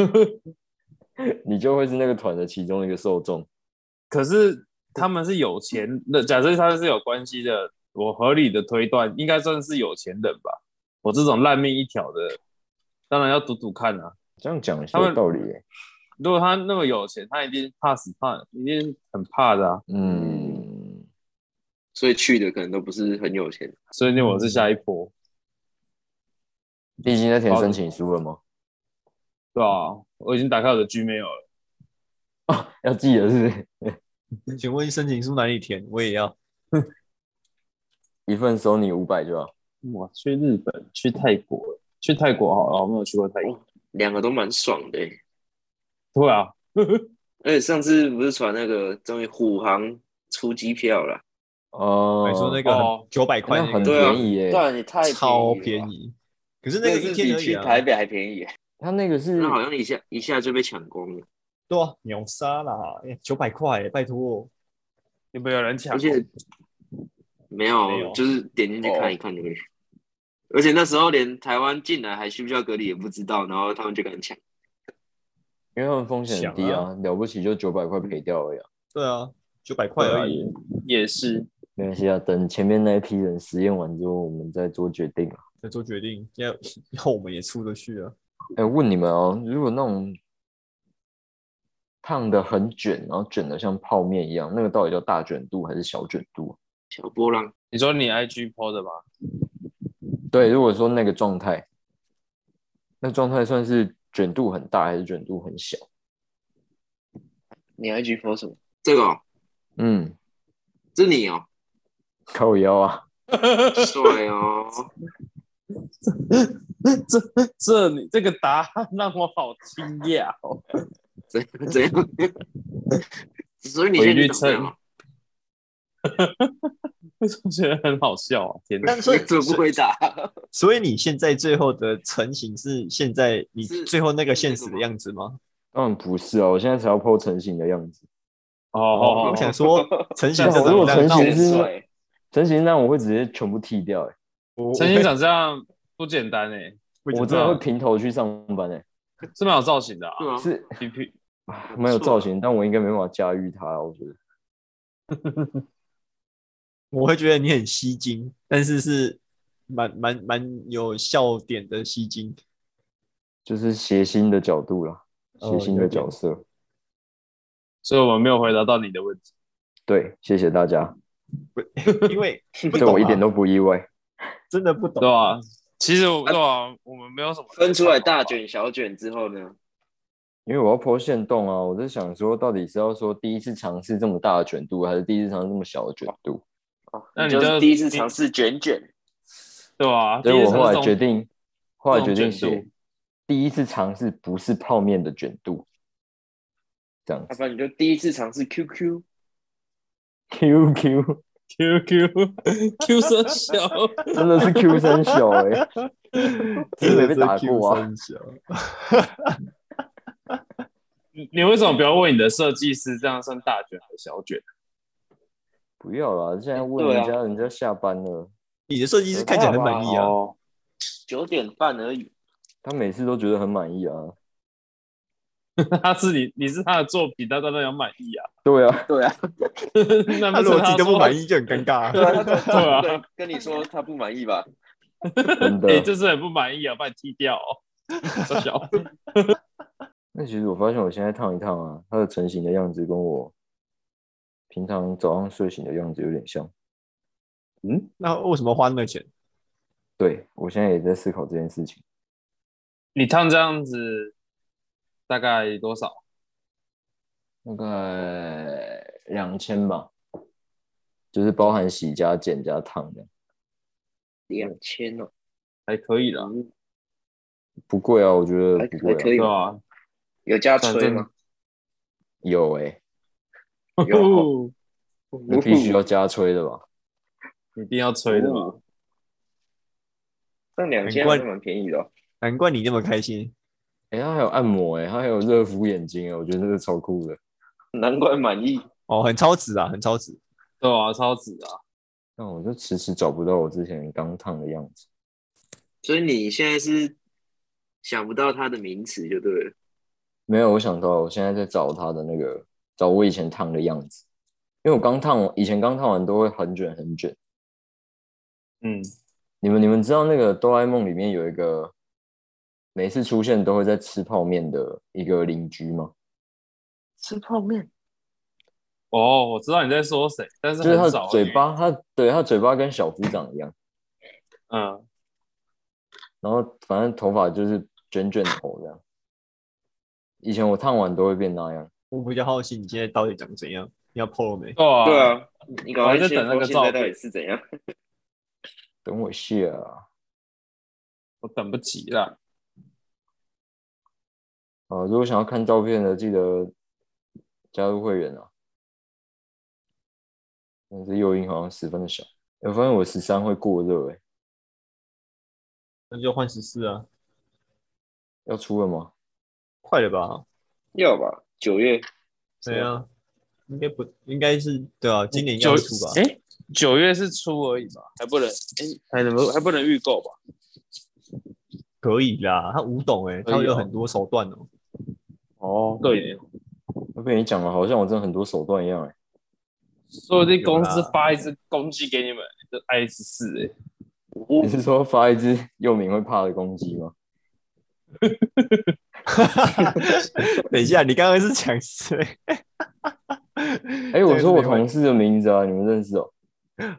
Speaker 2: 你就会是那个团的其中一个受众。
Speaker 1: 可是他们是有钱的，假设他们是有关系的，我合理的推断应该算是有钱人吧。我这种烂命一条的，当然要赌赌看啊。
Speaker 2: 这样讲是
Speaker 1: 他们
Speaker 2: 有道理耶。
Speaker 1: 如果他那么有钱，他一定怕死怕，一定很怕的啊。
Speaker 2: 嗯，
Speaker 4: 所以去的可能都不是很有钱。
Speaker 1: 所以我是下一波，
Speaker 2: 你已经在填申请书了吗？
Speaker 1: 对啊，我已经打开我的 Gmail 了，
Speaker 2: 要记得是不是
Speaker 3: 请问申请书哪里填？我也要。
Speaker 2: 一份收你五百就好。
Speaker 1: 我去日本，去泰国，去泰国好了，我没有去过泰国。
Speaker 4: 两个都蛮爽的欸、
Speaker 1: 对啊，
Speaker 4: 而且上次不是传那个终于虎航出机票了，
Speaker 2: 哦，
Speaker 3: 你说那个
Speaker 1: 哦
Speaker 3: 九百块
Speaker 2: 那
Speaker 3: 那
Speaker 2: 很
Speaker 3: 个，
Speaker 4: 对啊
Speaker 2: 便宜耶、
Speaker 4: 然也太宜了吧
Speaker 3: 超便，宜。可是那
Speaker 4: 那
Speaker 3: 个
Speaker 4: 个是
Speaker 3: 一
Speaker 4: 比
Speaker 3: 天而
Speaker 4: 去
Speaker 3: 已
Speaker 4: 台
Speaker 3: 啊，
Speaker 4: 北还便宜欸，
Speaker 2: 他那个是
Speaker 4: 那好像一下一下就被抢光了，
Speaker 3: 对啊，秒杀啦，哎九百块，拜托。
Speaker 1: 有没有人抢？
Speaker 4: 而且没有，
Speaker 3: 没有
Speaker 4: 就是点进去看一看就可以。而且那时候连台湾进来还需不需要隔离也不知道，然后他们就敢抢。
Speaker 2: 因为他们风险很低
Speaker 3: 想
Speaker 2: 啊，了不起就九百块赔掉而已、啊。
Speaker 3: 对啊，九百块
Speaker 1: 对啊
Speaker 3: 而已。
Speaker 1: 也也是，
Speaker 2: 没关系啊，等前面那一批人实验完之后，我们再做决定啊。
Speaker 3: 再做决定，要 要我们也出得去啊。
Speaker 2: 哎、问你们哦，如果那种烫的很卷，然后卷的像泡面一样，那个到底叫大卷度还是小卷度啊？
Speaker 4: 小波浪
Speaker 1: 你说你 IG PO 的吧？
Speaker 2: 对，如果说那个状态，那状态算是卷度很大还是卷度很小？
Speaker 4: 你 IG p 什么？这个、哦、
Speaker 2: 嗯，
Speaker 4: 是你哦，
Speaker 2: 靠腰啊，
Speaker 4: 帅哦，
Speaker 1: 这这你这个答案让我好惊讶哦！
Speaker 4: 怎怎样？ 所以你
Speaker 1: 回
Speaker 4: 现在
Speaker 1: 绿
Speaker 4: 长这样哦，
Speaker 1: 为什么觉得很好笑啊？天哪！
Speaker 3: 但所以
Speaker 4: 你怎么不回答？
Speaker 3: 所以你现在最后的成型是现在你
Speaker 4: 是
Speaker 3: 最后那个现实的样子吗？
Speaker 2: 当然不是啊，我现在才要剖成型的样子，
Speaker 1: 哦哦
Speaker 3: 我
Speaker 1: 哦，
Speaker 3: 想说成型
Speaker 1: 但
Speaker 3: 这
Speaker 1: 我如
Speaker 3: 种
Speaker 1: 果
Speaker 3: 让
Speaker 2: 成
Speaker 3: 让
Speaker 2: 型
Speaker 3: 我
Speaker 4: 很
Speaker 2: 是
Speaker 4: 帅，
Speaker 2: 成型让我会直接全部剃掉、欸，
Speaker 3: 我
Speaker 1: 陈院长这样不简单哎，
Speaker 3: 我
Speaker 2: 我真的会平头去上班、欸，
Speaker 1: 是蛮有造型的啊。
Speaker 4: 对啊，
Speaker 2: 是
Speaker 1: 皮皮
Speaker 2: 啊蛮有
Speaker 4: 不错
Speaker 2: 造型，但我应该没办法驾驭它啊，我觉得。
Speaker 3: 我会觉得你很吸睛，但是是蛮蛮蛮有笑点的吸睛。
Speaker 2: 就是谐星的角度啦，
Speaker 3: 哦
Speaker 2: 谐星的
Speaker 3: 有点
Speaker 2: 角色。
Speaker 1: 所以我们没有回答到你的问题。
Speaker 2: 对，谢谢大家，
Speaker 3: 因为不
Speaker 2: 对
Speaker 3: 懂
Speaker 2: 我一
Speaker 3: 啊
Speaker 2: 点都不意外。
Speaker 3: 真的不
Speaker 1: 对
Speaker 3: 懂，
Speaker 1: 啊，其实我对啊，我们没有什么
Speaker 4: 分出来大卷小卷之后呢？
Speaker 2: 因为我要剖线洞啊，我在想说，到底是要说第一次尝试这么大的卷度，还是第一次尝试这么小的卷度？
Speaker 4: 哦
Speaker 1: 那你
Speaker 4: 就
Speaker 1: 就是
Speaker 4: 第一次尝试卷卷，
Speaker 1: 对啊，
Speaker 2: 所以我
Speaker 1: 第一次
Speaker 2: 后来
Speaker 1: 从
Speaker 2: 决定，后来
Speaker 1: 这
Speaker 2: 决
Speaker 1: 种
Speaker 2: 定
Speaker 1: 卷
Speaker 2: 写
Speaker 1: 度
Speaker 2: 第一次尝试不是泡面的卷度，这样
Speaker 4: 要不然你就第一次尝试 QQ。
Speaker 2: QQ
Speaker 1: QQ Q 声小，
Speaker 2: 真的是 Q 声小哎、欸，真的没被打过啊！
Speaker 3: 真的是 Q 三小。
Speaker 1: 你你为什么不要问你的设计师这样算大卷还是小卷？
Speaker 2: 不要啦，现在问
Speaker 4: 对
Speaker 2: 人
Speaker 4: 啊
Speaker 2: 家，人家下班了，
Speaker 3: 你的设计师看起来很满意啊，
Speaker 1: 哦，
Speaker 4: 九点半而已，
Speaker 2: 他每次都觉得很满意啊。
Speaker 1: 他是你你是他的作品，他当然要满意啊。
Speaker 2: 对啊，
Speaker 4: 对啊，
Speaker 1: 那
Speaker 3: 他
Speaker 1: 不是
Speaker 3: 如果自己都不满
Speaker 1: 意，
Speaker 3: 意就很尴尬
Speaker 4: 对
Speaker 3: 啊。
Speaker 4: 啊，
Speaker 1: 对啊
Speaker 4: 他对跟你说他不满意吧？
Speaker 2: 真 的。
Speaker 1: 哎，这次很不满意啊，把你踢掉哦。 小小，
Speaker 2: 那其实我发现我现在烫一烫啊，它的成型的样子跟我平常早上睡醒的样子有点像。
Speaker 3: 那为什么花那么钱？
Speaker 2: 对我现在也在思考这件事情，
Speaker 1: 你烫这样子大概多少？
Speaker 2: 大概两千吧，就是包含洗加剪加烫的，
Speaker 4: 两千哦，
Speaker 1: 还可以啦，
Speaker 2: 不贵啊，我觉得
Speaker 4: 还
Speaker 2: 不贵、啊。
Speaker 4: 还可以
Speaker 1: 对
Speaker 4: 吧，
Speaker 1: 吧？
Speaker 4: 有加
Speaker 1: 反
Speaker 4: 吹吗？
Speaker 2: 有哎、
Speaker 4: 有，
Speaker 2: 啊
Speaker 1: 正
Speaker 2: 那必须要加吹的吧？
Speaker 1: 一定要吹
Speaker 2: 啊
Speaker 1: 的嘛。
Speaker 4: 那两千还是蛮便宜的哦，
Speaker 3: 难怪你那么开心。
Speaker 2: 哎、它还有按摩哎、它还有热敷眼睛哎、我觉得这个超酷的。
Speaker 4: 难怪满意。
Speaker 3: 哦，很超值啊，很超值。
Speaker 1: 对啊，超值啊！
Speaker 2: 但我就迟迟找不到我之前刚烫的样子。
Speaker 4: 所以你现在是想不到它的名词就对了，
Speaker 2: 没有，我想到我现在在找他的那个，找我以前烫的样子，因为我刚烫完，以前刚烫完都会很卷很卷。
Speaker 1: 嗯，
Speaker 2: 你们你们知道那个哆啦 A 梦里面有一个每次出现都会在吃泡面的一个邻居吗？
Speaker 4: 吃泡面，
Speaker 1: 哦，我知道你在说谁，但是
Speaker 2: 就是他
Speaker 1: 很
Speaker 2: 的
Speaker 1: 少欸
Speaker 2: 嘴巴，他对他嘴巴跟小夫长一样，
Speaker 1: 嗯，
Speaker 2: 然后反正头发就是卷卷头这样。以前我烫完都会变那样，
Speaker 3: 我比较好奇你现在到底长怎样，你要 PO 了没？
Speaker 1: 对啊，
Speaker 4: 对啊，你搞
Speaker 1: 我还
Speaker 4: 快
Speaker 1: 在
Speaker 4: 先
Speaker 1: 等那
Speaker 4: 说
Speaker 1: 个
Speaker 4: 现在
Speaker 1: 照
Speaker 4: 到底
Speaker 1: 片，
Speaker 4: 是怎样？
Speaker 2: 等我一下啊。
Speaker 1: 我等不及了。
Speaker 2: 啊，如果想要看照片的，记得加入会员啊。但是诱因好像十分的小，欸我发现我十三会过热哎诶、
Speaker 3: 那就换十四啊，
Speaker 2: 要出了吗？
Speaker 3: 快了吧？
Speaker 4: 要吧？九月
Speaker 3: 对啊，应该不应该是对啊，今年
Speaker 1: 九
Speaker 3: 要出吧？
Speaker 1: 哎、九月是出而已吧，还不能，哎、还能还不能预购吧？
Speaker 3: 可以啦，他五懂哎、
Speaker 1: 可以
Speaker 3: 他有
Speaker 1: 哦
Speaker 3: 很多手段哦、
Speaker 2: 哦，
Speaker 1: 对，
Speaker 2: 我被你讲了，好像我真的很多手段一样诶、哎
Speaker 1: 说不定公司
Speaker 3: 有啦
Speaker 1: 发一只公鸡给你们，就 i 十四哎，
Speaker 2: 你是说发一只幼民会怕的公鸡吗？
Speaker 3: 等一下，你刚刚是 讲谁？
Speaker 2: 哎、我说我同事的名字啊，你们认识哦？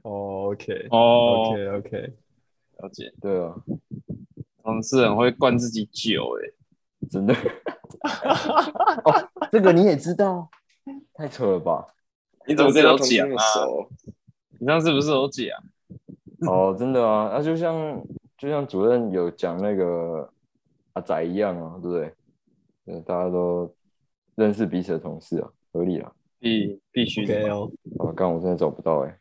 Speaker 3: 哦，OK，OK，OK、
Speaker 1: 哦
Speaker 3: OK OK，
Speaker 1: 了解，
Speaker 2: 对啊，
Speaker 1: 同事很会灌自己酒哎、
Speaker 2: 真的。 哦，这个你也知道，太扯了吧？
Speaker 1: 你怎么跟
Speaker 4: 知道
Speaker 1: 他
Speaker 4: 同事
Speaker 1: 讲
Speaker 4: 那么
Speaker 1: 啊？
Speaker 4: 熟？
Speaker 1: 你上次不是有啊讲？
Speaker 2: 哦，真的啊，那、就像就像主任有讲那个阿仔一样啊，对不对？对，大家都认识彼此的同事啊，合理啊。
Speaker 1: 必必须的
Speaker 3: OK 哦，
Speaker 2: 啊，刚我真的找不到哎、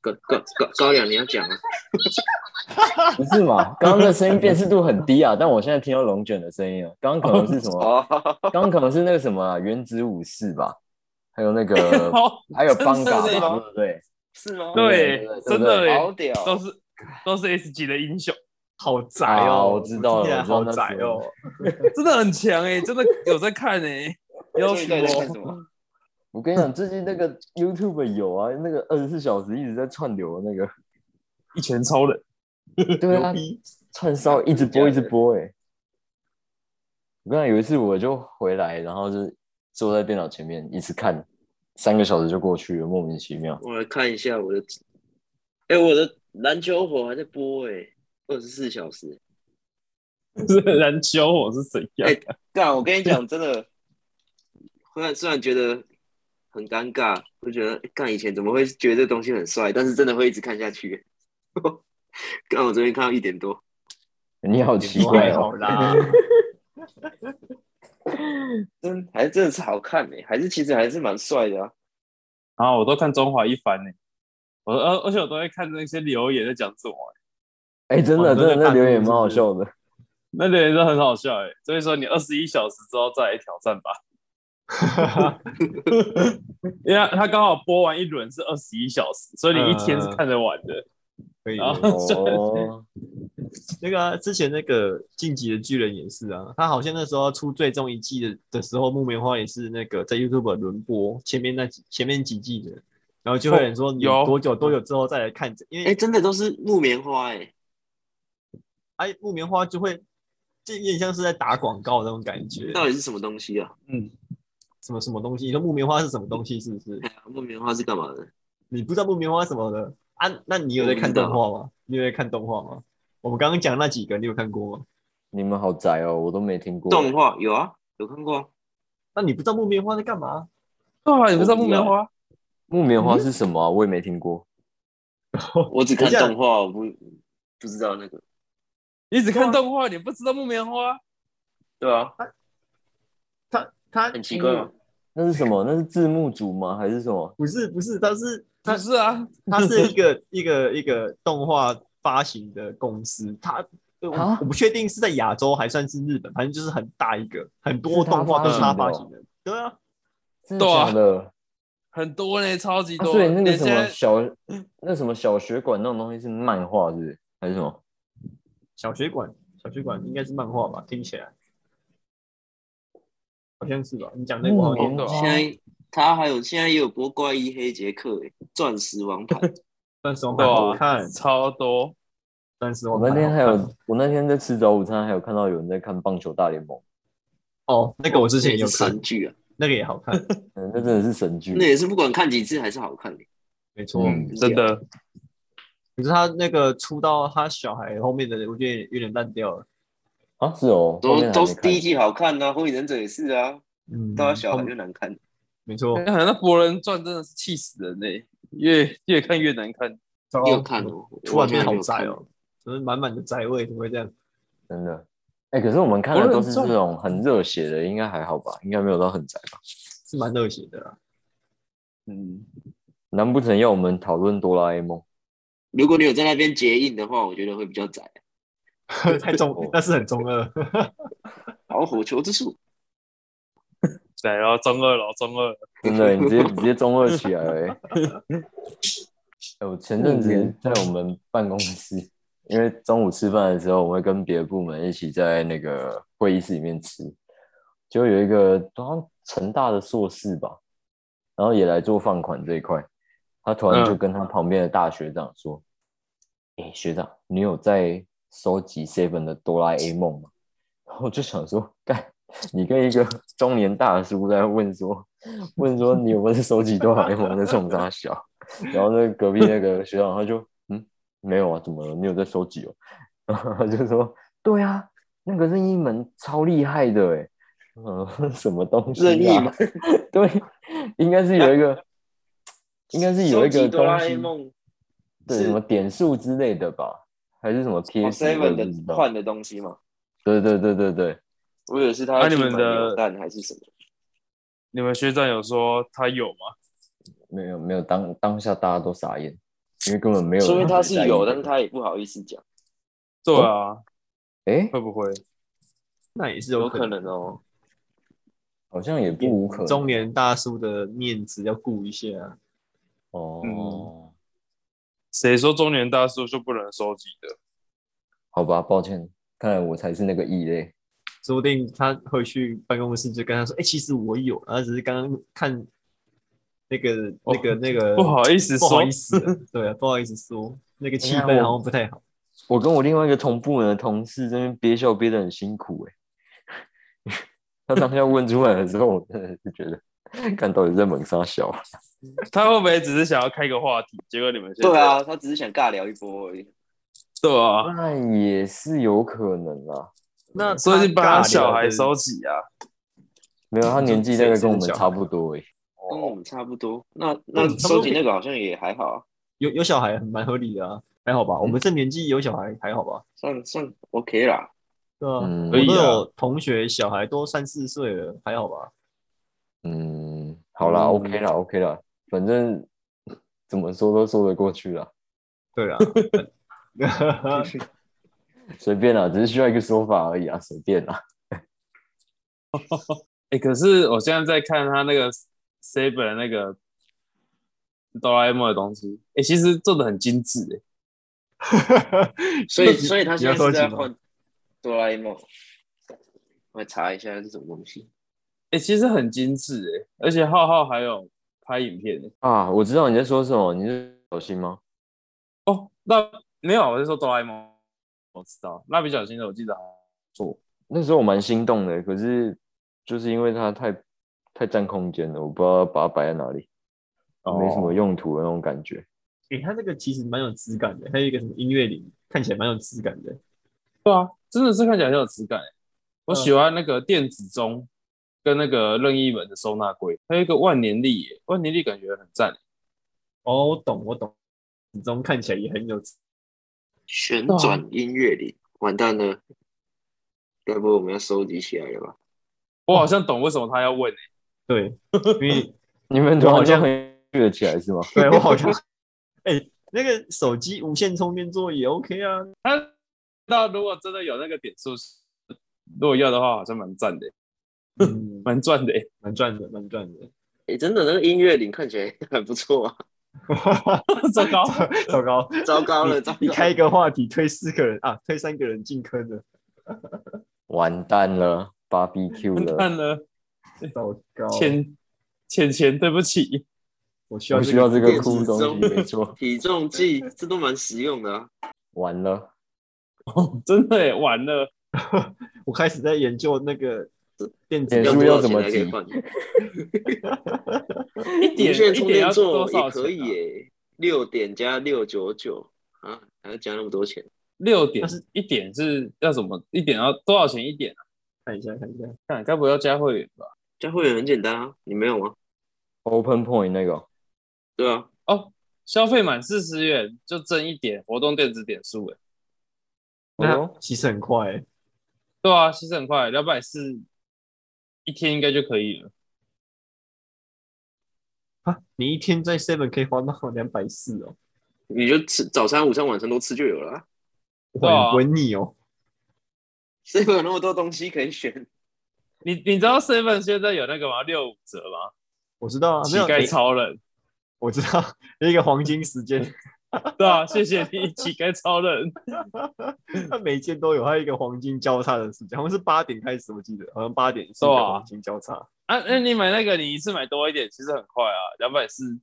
Speaker 4: 高高高高粱，你要讲啊？
Speaker 2: 不是嘛？刚刚的声音辨识度很低啊，但我现在听到龙卷的声音啊，刚刚可能是什么？
Speaker 4: 哦，
Speaker 2: 刚刚可能是那个什么啊、原子武士吧，还有那个
Speaker 1: 哦，
Speaker 2: 还有邦嘎
Speaker 1: 真的
Speaker 2: 吧，
Speaker 4: 吗
Speaker 2: 对不对？
Speaker 4: 是吗？
Speaker 1: 对
Speaker 2: 对对，对
Speaker 1: 真的哎、
Speaker 4: 好屌，
Speaker 1: 都是都是 S 级的英雄，
Speaker 3: 好宅
Speaker 2: 啊
Speaker 3: 哦、
Speaker 2: 我知道了我
Speaker 3: 听起来
Speaker 2: 知道
Speaker 3: 好
Speaker 2: 那是
Speaker 3: 宅哦、
Speaker 1: 真的很强哎、真的有在看哎、要
Speaker 4: 所
Speaker 1: 死
Speaker 4: 以到底在看什
Speaker 1: 我！
Speaker 4: 么？
Speaker 2: 我跟你讲，最近那个 YouTube 有啊，那个二十四小时一直在串流的那个，
Speaker 1: 一拳超人，
Speaker 2: 对啊，串烧一直播一直播哎、我刚才有一次我就回来，然后就是坐在电脑前面一直看，三个小时就过去了，莫名其妙。
Speaker 4: 我来看一下我的，哎、我的篮球火还在播哎、二十四小时。
Speaker 1: 是燃球我是怎样？
Speaker 4: 哎干，我跟你讲，真的， 虽然虽然觉得很尴尬，会觉得哎干以前怎么会觉得这东西很帅，但是真的会一直看下去。 干，我昨天看到一点多，
Speaker 2: 你好奇怪
Speaker 3: 还好
Speaker 2: 哦，
Speaker 3: 啦，
Speaker 4: 真还真的是好看哎、还是其实还是蛮帅的啊。
Speaker 1: 啊，我都看中华一番呢、我而而且我都会看那些留言在讲什么、 欸
Speaker 2: 哎、真的
Speaker 3: 哦
Speaker 2: 真的
Speaker 3: 真的
Speaker 2: 那
Speaker 3: 看
Speaker 2: 留言
Speaker 3: 是不
Speaker 2: 蛮好
Speaker 3: 是
Speaker 2: 笑的，
Speaker 1: 那留言都很好笑哎、所以说你二十一小时之后再来挑战吧，
Speaker 2: 哦
Speaker 1: 因为他刚好播完一轮是二十一小时，所以你一天是看得完的。
Speaker 3: 可以
Speaker 1: 然
Speaker 3: 的。
Speaker 1: 后
Speaker 2: 哦，
Speaker 3: 那个、啊、之前那个《晋级的巨人》也是啊，他好像那时候要出最终一季的的时候，木棉花也是那个在 YouTube 轮播前面那几前面几季的，然后就会有人说你
Speaker 1: 有
Speaker 3: 多久多久之后再来看这，因
Speaker 4: 哎、
Speaker 3: 为
Speaker 4: 真的都是木棉花哎、
Speaker 3: 哎木棉花就会这有点像是在打广告那种感觉，
Speaker 4: 到底是什么东西啊？
Speaker 1: 嗯，
Speaker 3: 什么什么东西？你说木棉花是什么东西？是不是
Speaker 4: 哎？呀，木棉花是干嘛的？
Speaker 3: 你不知道木棉花什么的啊？那你有在看动画吗？你有在看动画吗？我们刚刚讲那几个，你有看过吗？
Speaker 2: 你们好宅哦，我都没听过。
Speaker 4: 动画有啊，有看过啊、
Speaker 3: 那你不知道木棉花在干嘛？
Speaker 1: 对啊，你不知道木棉花？
Speaker 2: 木棉花是什么、啊？我也没听过。
Speaker 4: 我只看
Speaker 3: 等一下
Speaker 4: 动画，我不不知道那个。
Speaker 1: 你只看动画，你不知道木棉花？
Speaker 4: 对啊，
Speaker 3: 他他
Speaker 4: 很奇怪吗？
Speaker 2: 那是什么？那是字幕组吗？还是什么？
Speaker 3: 不是不是，他是
Speaker 1: 不
Speaker 3: 他
Speaker 1: 是啊，
Speaker 3: 它是一个一个一个动画发行的公司，它呃我
Speaker 2: 啊
Speaker 3: 我不确定是在亚洲还算是日本，反正就是很大一个，很多
Speaker 2: 是它
Speaker 3: 动画都是它
Speaker 2: 发
Speaker 3: 发
Speaker 2: 行哦
Speaker 3: 行的。对啊，
Speaker 2: 真的
Speaker 1: 对啊
Speaker 2: 假的？
Speaker 1: 很多呢，超级
Speaker 2: 啊
Speaker 1: 多。
Speaker 2: 所以那个
Speaker 1: 连
Speaker 2: 什
Speaker 1: 现
Speaker 2: 么
Speaker 1: 在
Speaker 2: 小，那什么小学馆那种东西是漫画是不是？还是什么？
Speaker 3: 小学馆小学馆应该是漫画吧，听起来好像是吧？你讲那个我好像
Speaker 1: 嗯
Speaker 4: 现在他还有现在也有播《怪医黑杰克》欸，《钻石王牌》
Speaker 3: 钻石王牌
Speaker 1: 对
Speaker 3: 好
Speaker 1: 啊，
Speaker 3: 看，
Speaker 1: 超多。
Speaker 3: 钻石
Speaker 2: 我
Speaker 3: 王牌
Speaker 2: 那
Speaker 3: 好看。
Speaker 2: 天还有，我那天在吃早午餐，还有看到有人在看棒球大联盟，
Speaker 3: 哦，那个我之
Speaker 4: 这
Speaker 3: 前
Speaker 4: 也
Speaker 3: 也有
Speaker 4: 是
Speaker 3: 看
Speaker 4: 神，剧啊，
Speaker 3: 那个也好看，
Speaker 2: 嗯，那真的是神剧
Speaker 4: 欸那。也是不管看几次还是好看的。
Speaker 3: 没错。
Speaker 2: 嗯
Speaker 1: 真的，
Speaker 3: 可是他那个出到他小孩后面的，我觉得有点烂掉了。
Speaker 2: 啊，是哦，后
Speaker 4: 都
Speaker 2: 面
Speaker 4: 都
Speaker 2: 还
Speaker 4: 是
Speaker 2: 没
Speaker 4: 第一
Speaker 2: 看
Speaker 4: 季好看啊，《火影忍者》也是啊，嗯
Speaker 3: 嗯，
Speaker 4: 到他小
Speaker 3: 后
Speaker 4: 孩就难看。
Speaker 3: 没错，
Speaker 1: 那那《哎博人传》真的是气死人嘞、越越看越难看。
Speaker 3: 糟
Speaker 4: 你
Speaker 3: 糕
Speaker 4: 有看哦？
Speaker 3: 突然
Speaker 4: 没
Speaker 3: 变好宅哦，怎么满满的宅味？怎么会这样？
Speaker 2: 真的。哎、可是我们看的
Speaker 1: 博人
Speaker 2: 都是
Speaker 1: 传
Speaker 2: 这种很热血的，应该还好吧？应该没有到很宅吧？
Speaker 3: 是蛮热血的啦。啊
Speaker 1: 嗯，
Speaker 2: 难不成要我们讨论哆啦 A 梦？
Speaker 4: 如果你有在那边结印的话，我觉得会比较窄。
Speaker 3: 太
Speaker 4: 哦
Speaker 3: 中，那是很中二。
Speaker 4: 好，火球之术，
Speaker 1: 对，然后中二了，中二了，
Speaker 2: 真的，你直接直接中二起来了、欸。 哎我前阵子在我们办公室，因为中午吃饭的时候，我会跟别的部门一起在那个会议室里面吃，就有一个好像成大的硕士吧，然后也来做放款这一块，他突然就跟他旁边的大学长说：“哎、学长，你有在收集 Seven 的哆啦 A 梦吗？” 然后我就想说，干，你跟一个中年大叔在问说。 问说你有没有收集哆啦 A 梦在冲他笑，然后那个隔壁那个学长他就嗯没有啊，怎么了？你有在收集哦？ 然后他就说对啊，那个任意门超厉害的哎，嗯，什么东西、啊？
Speaker 4: 任意门
Speaker 2: 对，应该是有一个，应该是有一
Speaker 4: 收
Speaker 2: 个
Speaker 4: 集哆
Speaker 2: 东
Speaker 4: 啦 A
Speaker 2: 西，
Speaker 4: 梦
Speaker 2: 对
Speaker 4: 是
Speaker 2: 什么点数之类的吧，还是什么贴纸？我
Speaker 4: 哦 Seven
Speaker 2: 也不知
Speaker 4: 的
Speaker 2: 道
Speaker 4: 换的东西嘛，
Speaker 2: 对对对对对，
Speaker 4: 我以为是他
Speaker 1: 啊
Speaker 4: 要
Speaker 1: 你
Speaker 4: 去
Speaker 1: 们
Speaker 4: 买
Speaker 1: 的
Speaker 4: 扭蛋还是什么。
Speaker 1: 你们学长有说他有吗？
Speaker 2: 没有没有，当当下大家都傻眼，因为根本没有人在
Speaker 4: 说
Speaker 2: 意这个。
Speaker 4: 明他是有，但是他也不好意思讲，
Speaker 1: 对啊，
Speaker 2: 哎，
Speaker 1: 会不会？
Speaker 3: 那也是
Speaker 4: 有
Speaker 3: 可
Speaker 4: 可能哦。
Speaker 2: 好像也不无可能
Speaker 3: 中年大叔的面子要顾一下啊。
Speaker 2: 哦，
Speaker 1: 嗯谁说中年大叔就不能收集的？
Speaker 2: 好吧，抱歉，看来我才是那个异类。
Speaker 3: 说不定他回去办公室就跟他说：“哎、其实我有，然后只是刚刚看那个、
Speaker 1: 哦
Speaker 3: 那个、那个，
Speaker 1: 不好意思
Speaker 3: 不
Speaker 1: 说，
Speaker 3: 好意思啊，对啊，不好意思说，那个气
Speaker 2: 哎
Speaker 3: 氛
Speaker 2: 呀我
Speaker 3: 好像不太好。
Speaker 2: 我跟我另外一个同部门的同事这边憋笑憋得很辛苦哎、 他当下问出来的时候，我真的是觉得，看到底在猛杀小。啊
Speaker 1: 他会不会只是想要开个话题？结果你们现在
Speaker 4: 对，啊，他只是想尬聊一波而已。
Speaker 1: 对啊，
Speaker 2: 那也是有可能啊啦，
Speaker 3: 那
Speaker 1: 所以就帮他
Speaker 3: 他
Speaker 1: 小孩
Speaker 3: 收，
Speaker 1: 收集啊。
Speaker 2: 没有，他年纪大概跟我们
Speaker 3: 谁是小孩
Speaker 2: 差不多哎、
Speaker 4: 跟我们差不多。那那
Speaker 3: 嗯差不多
Speaker 4: 收集那个好像也还好啊，
Speaker 3: 有有小孩很蛮合理的啊，还好
Speaker 1: 嗯
Speaker 3: 吧？我们这年纪有小孩还好吧？
Speaker 4: 算算 OK 啦。
Speaker 3: 对啊，
Speaker 2: 嗯，
Speaker 3: 我
Speaker 1: 可以
Speaker 3: 都
Speaker 1: 啊
Speaker 3: 有同学小孩都三四岁了，还好吧？
Speaker 2: 嗯，好啦、
Speaker 3: 嗯
Speaker 2: o k 啦，OK 啦，反正怎么说都说得过去啦，
Speaker 3: 对啊，
Speaker 2: 随便啦，只是需要一个说法而已啊，随便啦。
Speaker 1: 哎、可是我现在在看他那个 Saber 的那个哆啦 A 梦的东西，哎、其实做的很精致哎、
Speaker 4: 所以所以他现在是
Speaker 3: 你要
Speaker 4: 在
Speaker 3: 收集吗
Speaker 4: 换哆啦 A 梦。我来查一下是什么东西。
Speaker 1: 哎、其实很精致哎、而且浩浩还有拍影片、欸、
Speaker 2: 啊，我知道你在说什么，你是小新吗？
Speaker 1: 哦。那没有，我是说哆啦 A 梦，我知道蜡笔小新的，我记得还做。
Speaker 2: 那时候我蛮心动的，可是就是因为它太太占空间了，我不知道把它摆在哪里，哦没
Speaker 1: 哦
Speaker 2: 什么用途的那种感觉。
Speaker 3: 诶、他这个其实蛮有质感的，还有一个什么音乐铃，看起来蛮有质感的。
Speaker 1: 对啊，真的是看起来很有质感、欸。我
Speaker 3: 嗯
Speaker 1: 喜欢那个电子钟跟那个任意门的收纳柜，还有一个万年历、欸，万年历感觉很赞、欸。
Speaker 3: 哦，我懂，我懂，始终看起来也很有质
Speaker 4: 旋
Speaker 3: 哦
Speaker 4: 转音乐里，完蛋了，该不会我们要收集起来了吧？
Speaker 1: 我好像懂为什么他要问、欸，欸
Speaker 3: 对，因为
Speaker 2: 你们
Speaker 3: 我
Speaker 2: 突
Speaker 3: 好
Speaker 2: 然
Speaker 3: 像
Speaker 2: 就很热起来是吗？
Speaker 3: 对我好像， 哎、那个手机无线充电座也 OK 啊，
Speaker 1: 他那如果真的有那个点数，如果要的话，好像蛮赞的、欸，
Speaker 3: 嗯，
Speaker 1: 蛮赚的、 欸。
Speaker 3: 蛮赚的，蛮赚的。
Speaker 4: 哎、真的那个音乐铃看起来很不错啊！
Speaker 1: 糟糕，
Speaker 3: 糟糕，
Speaker 4: 糟糕了，糟
Speaker 3: 你
Speaker 4: 糕
Speaker 3: 你
Speaker 4: 了
Speaker 3: 开一个话题推四个人啊，推三个人进坑了，
Speaker 2: 完蛋了，BBQ 了，
Speaker 1: 看了
Speaker 3: 糟糕，
Speaker 1: 浅浅浅，对不起，
Speaker 3: 我需要
Speaker 2: 我
Speaker 3: 这
Speaker 2: 需要
Speaker 3: 个
Speaker 2: 这个酷
Speaker 4: 电子
Speaker 2: 东
Speaker 4: 钟
Speaker 2: 西，没错，
Speaker 4: 体重计，这都蛮实用的啊。
Speaker 2: 完了，
Speaker 1: 真的、欸、完了。
Speaker 3: 我开始在研究那个电子
Speaker 2: 点
Speaker 4: 要
Speaker 2: 数
Speaker 4: 多
Speaker 2: 要
Speaker 4: 少
Speaker 2: 怎
Speaker 4: 钱
Speaker 2: 么
Speaker 4: 才可以
Speaker 2: 集
Speaker 4: 换？
Speaker 1: 一
Speaker 4: 无
Speaker 1: 点
Speaker 4: 线
Speaker 1: 一
Speaker 4: 充
Speaker 1: 点
Speaker 4: 电
Speaker 1: 要多
Speaker 4: 座
Speaker 1: 少钱、啊
Speaker 4: 也可以耶、六点加六九九，啊，还要加那么多钱？
Speaker 1: 六点
Speaker 3: 但是
Speaker 1: 一点是要怎么？一点要多少钱一点啊？
Speaker 3: 看一下看一下，
Speaker 1: 看，该不会要加会员吧？
Speaker 4: 加会员很简单啊，你没有吗？
Speaker 2: Open Point 那个
Speaker 4: 对啊，
Speaker 1: 哦，消费满四十元就赠一点活动电子点数，哎，
Speaker 3: 那
Speaker 2: 哦
Speaker 3: 其实很快、欸，
Speaker 1: 对啊，其实很快，两百四一天应该就可以了。
Speaker 3: 啊，你一天在 Seven 可以花到两百四哦，
Speaker 4: 你就吃早餐、午餐、晚餐都吃就有了、啊。
Speaker 1: 对啊
Speaker 3: 哇，文你哦，
Speaker 4: 这有那么多东西可以选，
Speaker 1: 你你知道 Seven 现在有那个吗？六五折吗？
Speaker 3: 我知道啊，
Speaker 1: 乞
Speaker 3: 没有，
Speaker 1: 丐
Speaker 3: 你
Speaker 1: 超人，
Speaker 3: 我知道有一个黄金时间，
Speaker 1: 对啊，谢谢你，乞丐超人。
Speaker 3: 它每天都有，它有一个黄金交叉的时间，好像是八点开始，我记得好像八点是一
Speaker 1: 对
Speaker 3: 个
Speaker 1: 啊
Speaker 3: 黄金交叉，
Speaker 1: 啊，那你买那个，你一次买多一点，其实很快啊，两百四。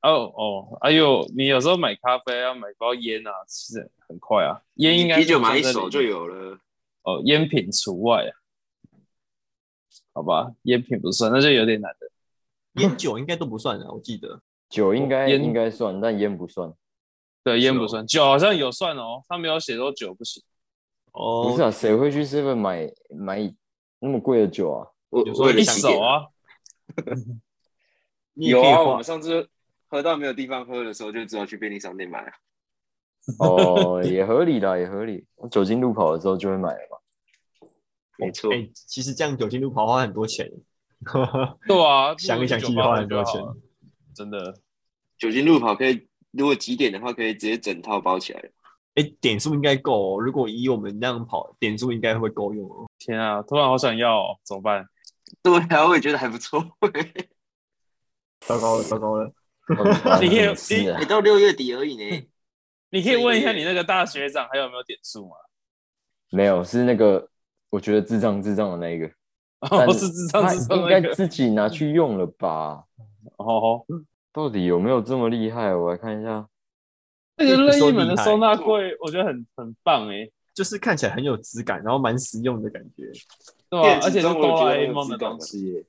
Speaker 1: 哦哦，哎呦，你有时候买咖啡啊，买包烟啊，其实很快啊。烟应该
Speaker 4: 啤酒买一
Speaker 1: 是在这
Speaker 4: 手
Speaker 1: 里
Speaker 4: 就有了。
Speaker 1: 哦，烟品除外啊。好吧，烟品不算，那就有点难的。
Speaker 3: 烟酒应该都不算啊，我记得
Speaker 2: 酒应该
Speaker 1: 烟
Speaker 2: 应该算，但烟不算。
Speaker 1: 对，烟
Speaker 3: 是哦
Speaker 1: 不算，酒好像有算哦，他没有写说酒不行。
Speaker 3: 哦
Speaker 2: 不是啊，谁会去 Seven 买买那么贵的酒啊？
Speaker 4: 我
Speaker 3: 有时候
Speaker 4: 为了
Speaker 1: 一
Speaker 4: 几点
Speaker 1: 手啊，
Speaker 3: 你也
Speaker 4: 有
Speaker 3: 可以
Speaker 4: 啊，
Speaker 3: 花
Speaker 4: 我们上次喝到没有地方喝的时候，就只好去便利商店买啊。
Speaker 2: 哦，也合理啦，也合理。酒精路跑的时候就会买了嘛。
Speaker 1: 哦
Speaker 4: 没错，
Speaker 3: 哎、其实这样酒精路跑花很多 钱，
Speaker 1: 对啊，
Speaker 3: 想一想
Speaker 1: 不如去
Speaker 3: 其实
Speaker 1: 酒吧
Speaker 3: 花
Speaker 1: 喝就
Speaker 3: 很多
Speaker 1: 好
Speaker 3: 钱
Speaker 1: 了，真的。
Speaker 4: 酒精路跑可以，如果几点的话，可以直接整套包起来。
Speaker 3: 哎、点数应该够、哦，如果以我们那样跑，点数应该会够用哦。
Speaker 1: 天啊，突然好想要、哦，怎么办？
Speaker 4: 对啊，我也觉得还不错。
Speaker 3: 糟糕了，糟糕了，
Speaker 1: 你可以
Speaker 2: 是啊
Speaker 4: 也，哎到六月底而已呢。
Speaker 1: 你可以问一下你那个大学长还有没有点数吗？
Speaker 2: 没有是那个，我觉得智障智障的那一个，但
Speaker 1: 哦，是智障智
Speaker 2: 他
Speaker 1: 障
Speaker 2: 应
Speaker 1: 那
Speaker 2: 该
Speaker 1: 个。
Speaker 2: 自己拿去用了吧？
Speaker 1: 哦，
Speaker 2: 到底有没有这么厉害？我来看一下。
Speaker 1: 那个任意门的
Speaker 3: 不说厉害
Speaker 1: 收纳柜，我觉得很很棒哎、
Speaker 3: 就是看起来很有质感，然后蛮实用的感 觉。
Speaker 1: 对吧、
Speaker 4: 电子
Speaker 1: 而且是
Speaker 4: 钟我觉得
Speaker 1: 哆啦
Speaker 4: 很有
Speaker 1: A 梦的
Speaker 4: 质感啊
Speaker 1: 东
Speaker 4: 的
Speaker 1: 西耶。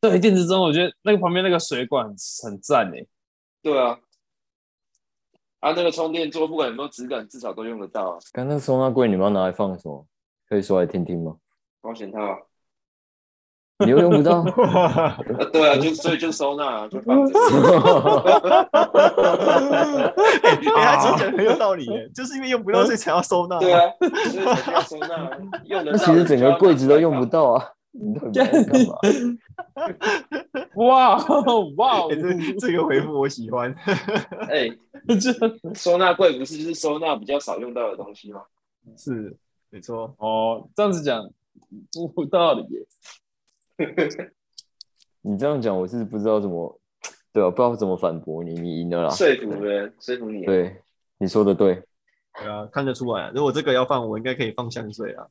Speaker 1: 对，电子钟，我觉得那个旁边那个水管很很赞哎、
Speaker 4: 对啊，啊，那个充电桌不管有没有质感，至少都用得到啊。
Speaker 2: 刚刚收纳柜你们要拿来放什么？可以说来听听吗？
Speaker 4: 保险套啊，
Speaker 2: 你又用不 到。
Speaker 4: 啊对啊，就所以就收纳啊，就放着。
Speaker 3: 哎、他真的很有道理耶，就是因为用不到，所以才要收纳。
Speaker 4: 对，啊，所以才需要收纳啊，用得
Speaker 2: 那
Speaker 4: 到。
Speaker 2: 其实整个柜子都用不。到啊。你到底拿来 干嘛？
Speaker 1: 哇哦哇哦
Speaker 3: 哎、，这这个回复我喜欢。
Speaker 4: 哎，
Speaker 1: 这
Speaker 4: 收纳柜不是就是收纳比较少用到的东西吗？
Speaker 3: 是，没错。
Speaker 1: 哦，这样子讲不欸道理耶。
Speaker 2: 你这样讲，我是不知道怎么，对啊，不知道怎么反驳你，你赢了啦。
Speaker 4: 说服人，说服你。
Speaker 2: 啊对，你说的对。
Speaker 3: 对啊，看得出来、如果这个要放，我应该可以放香水啊。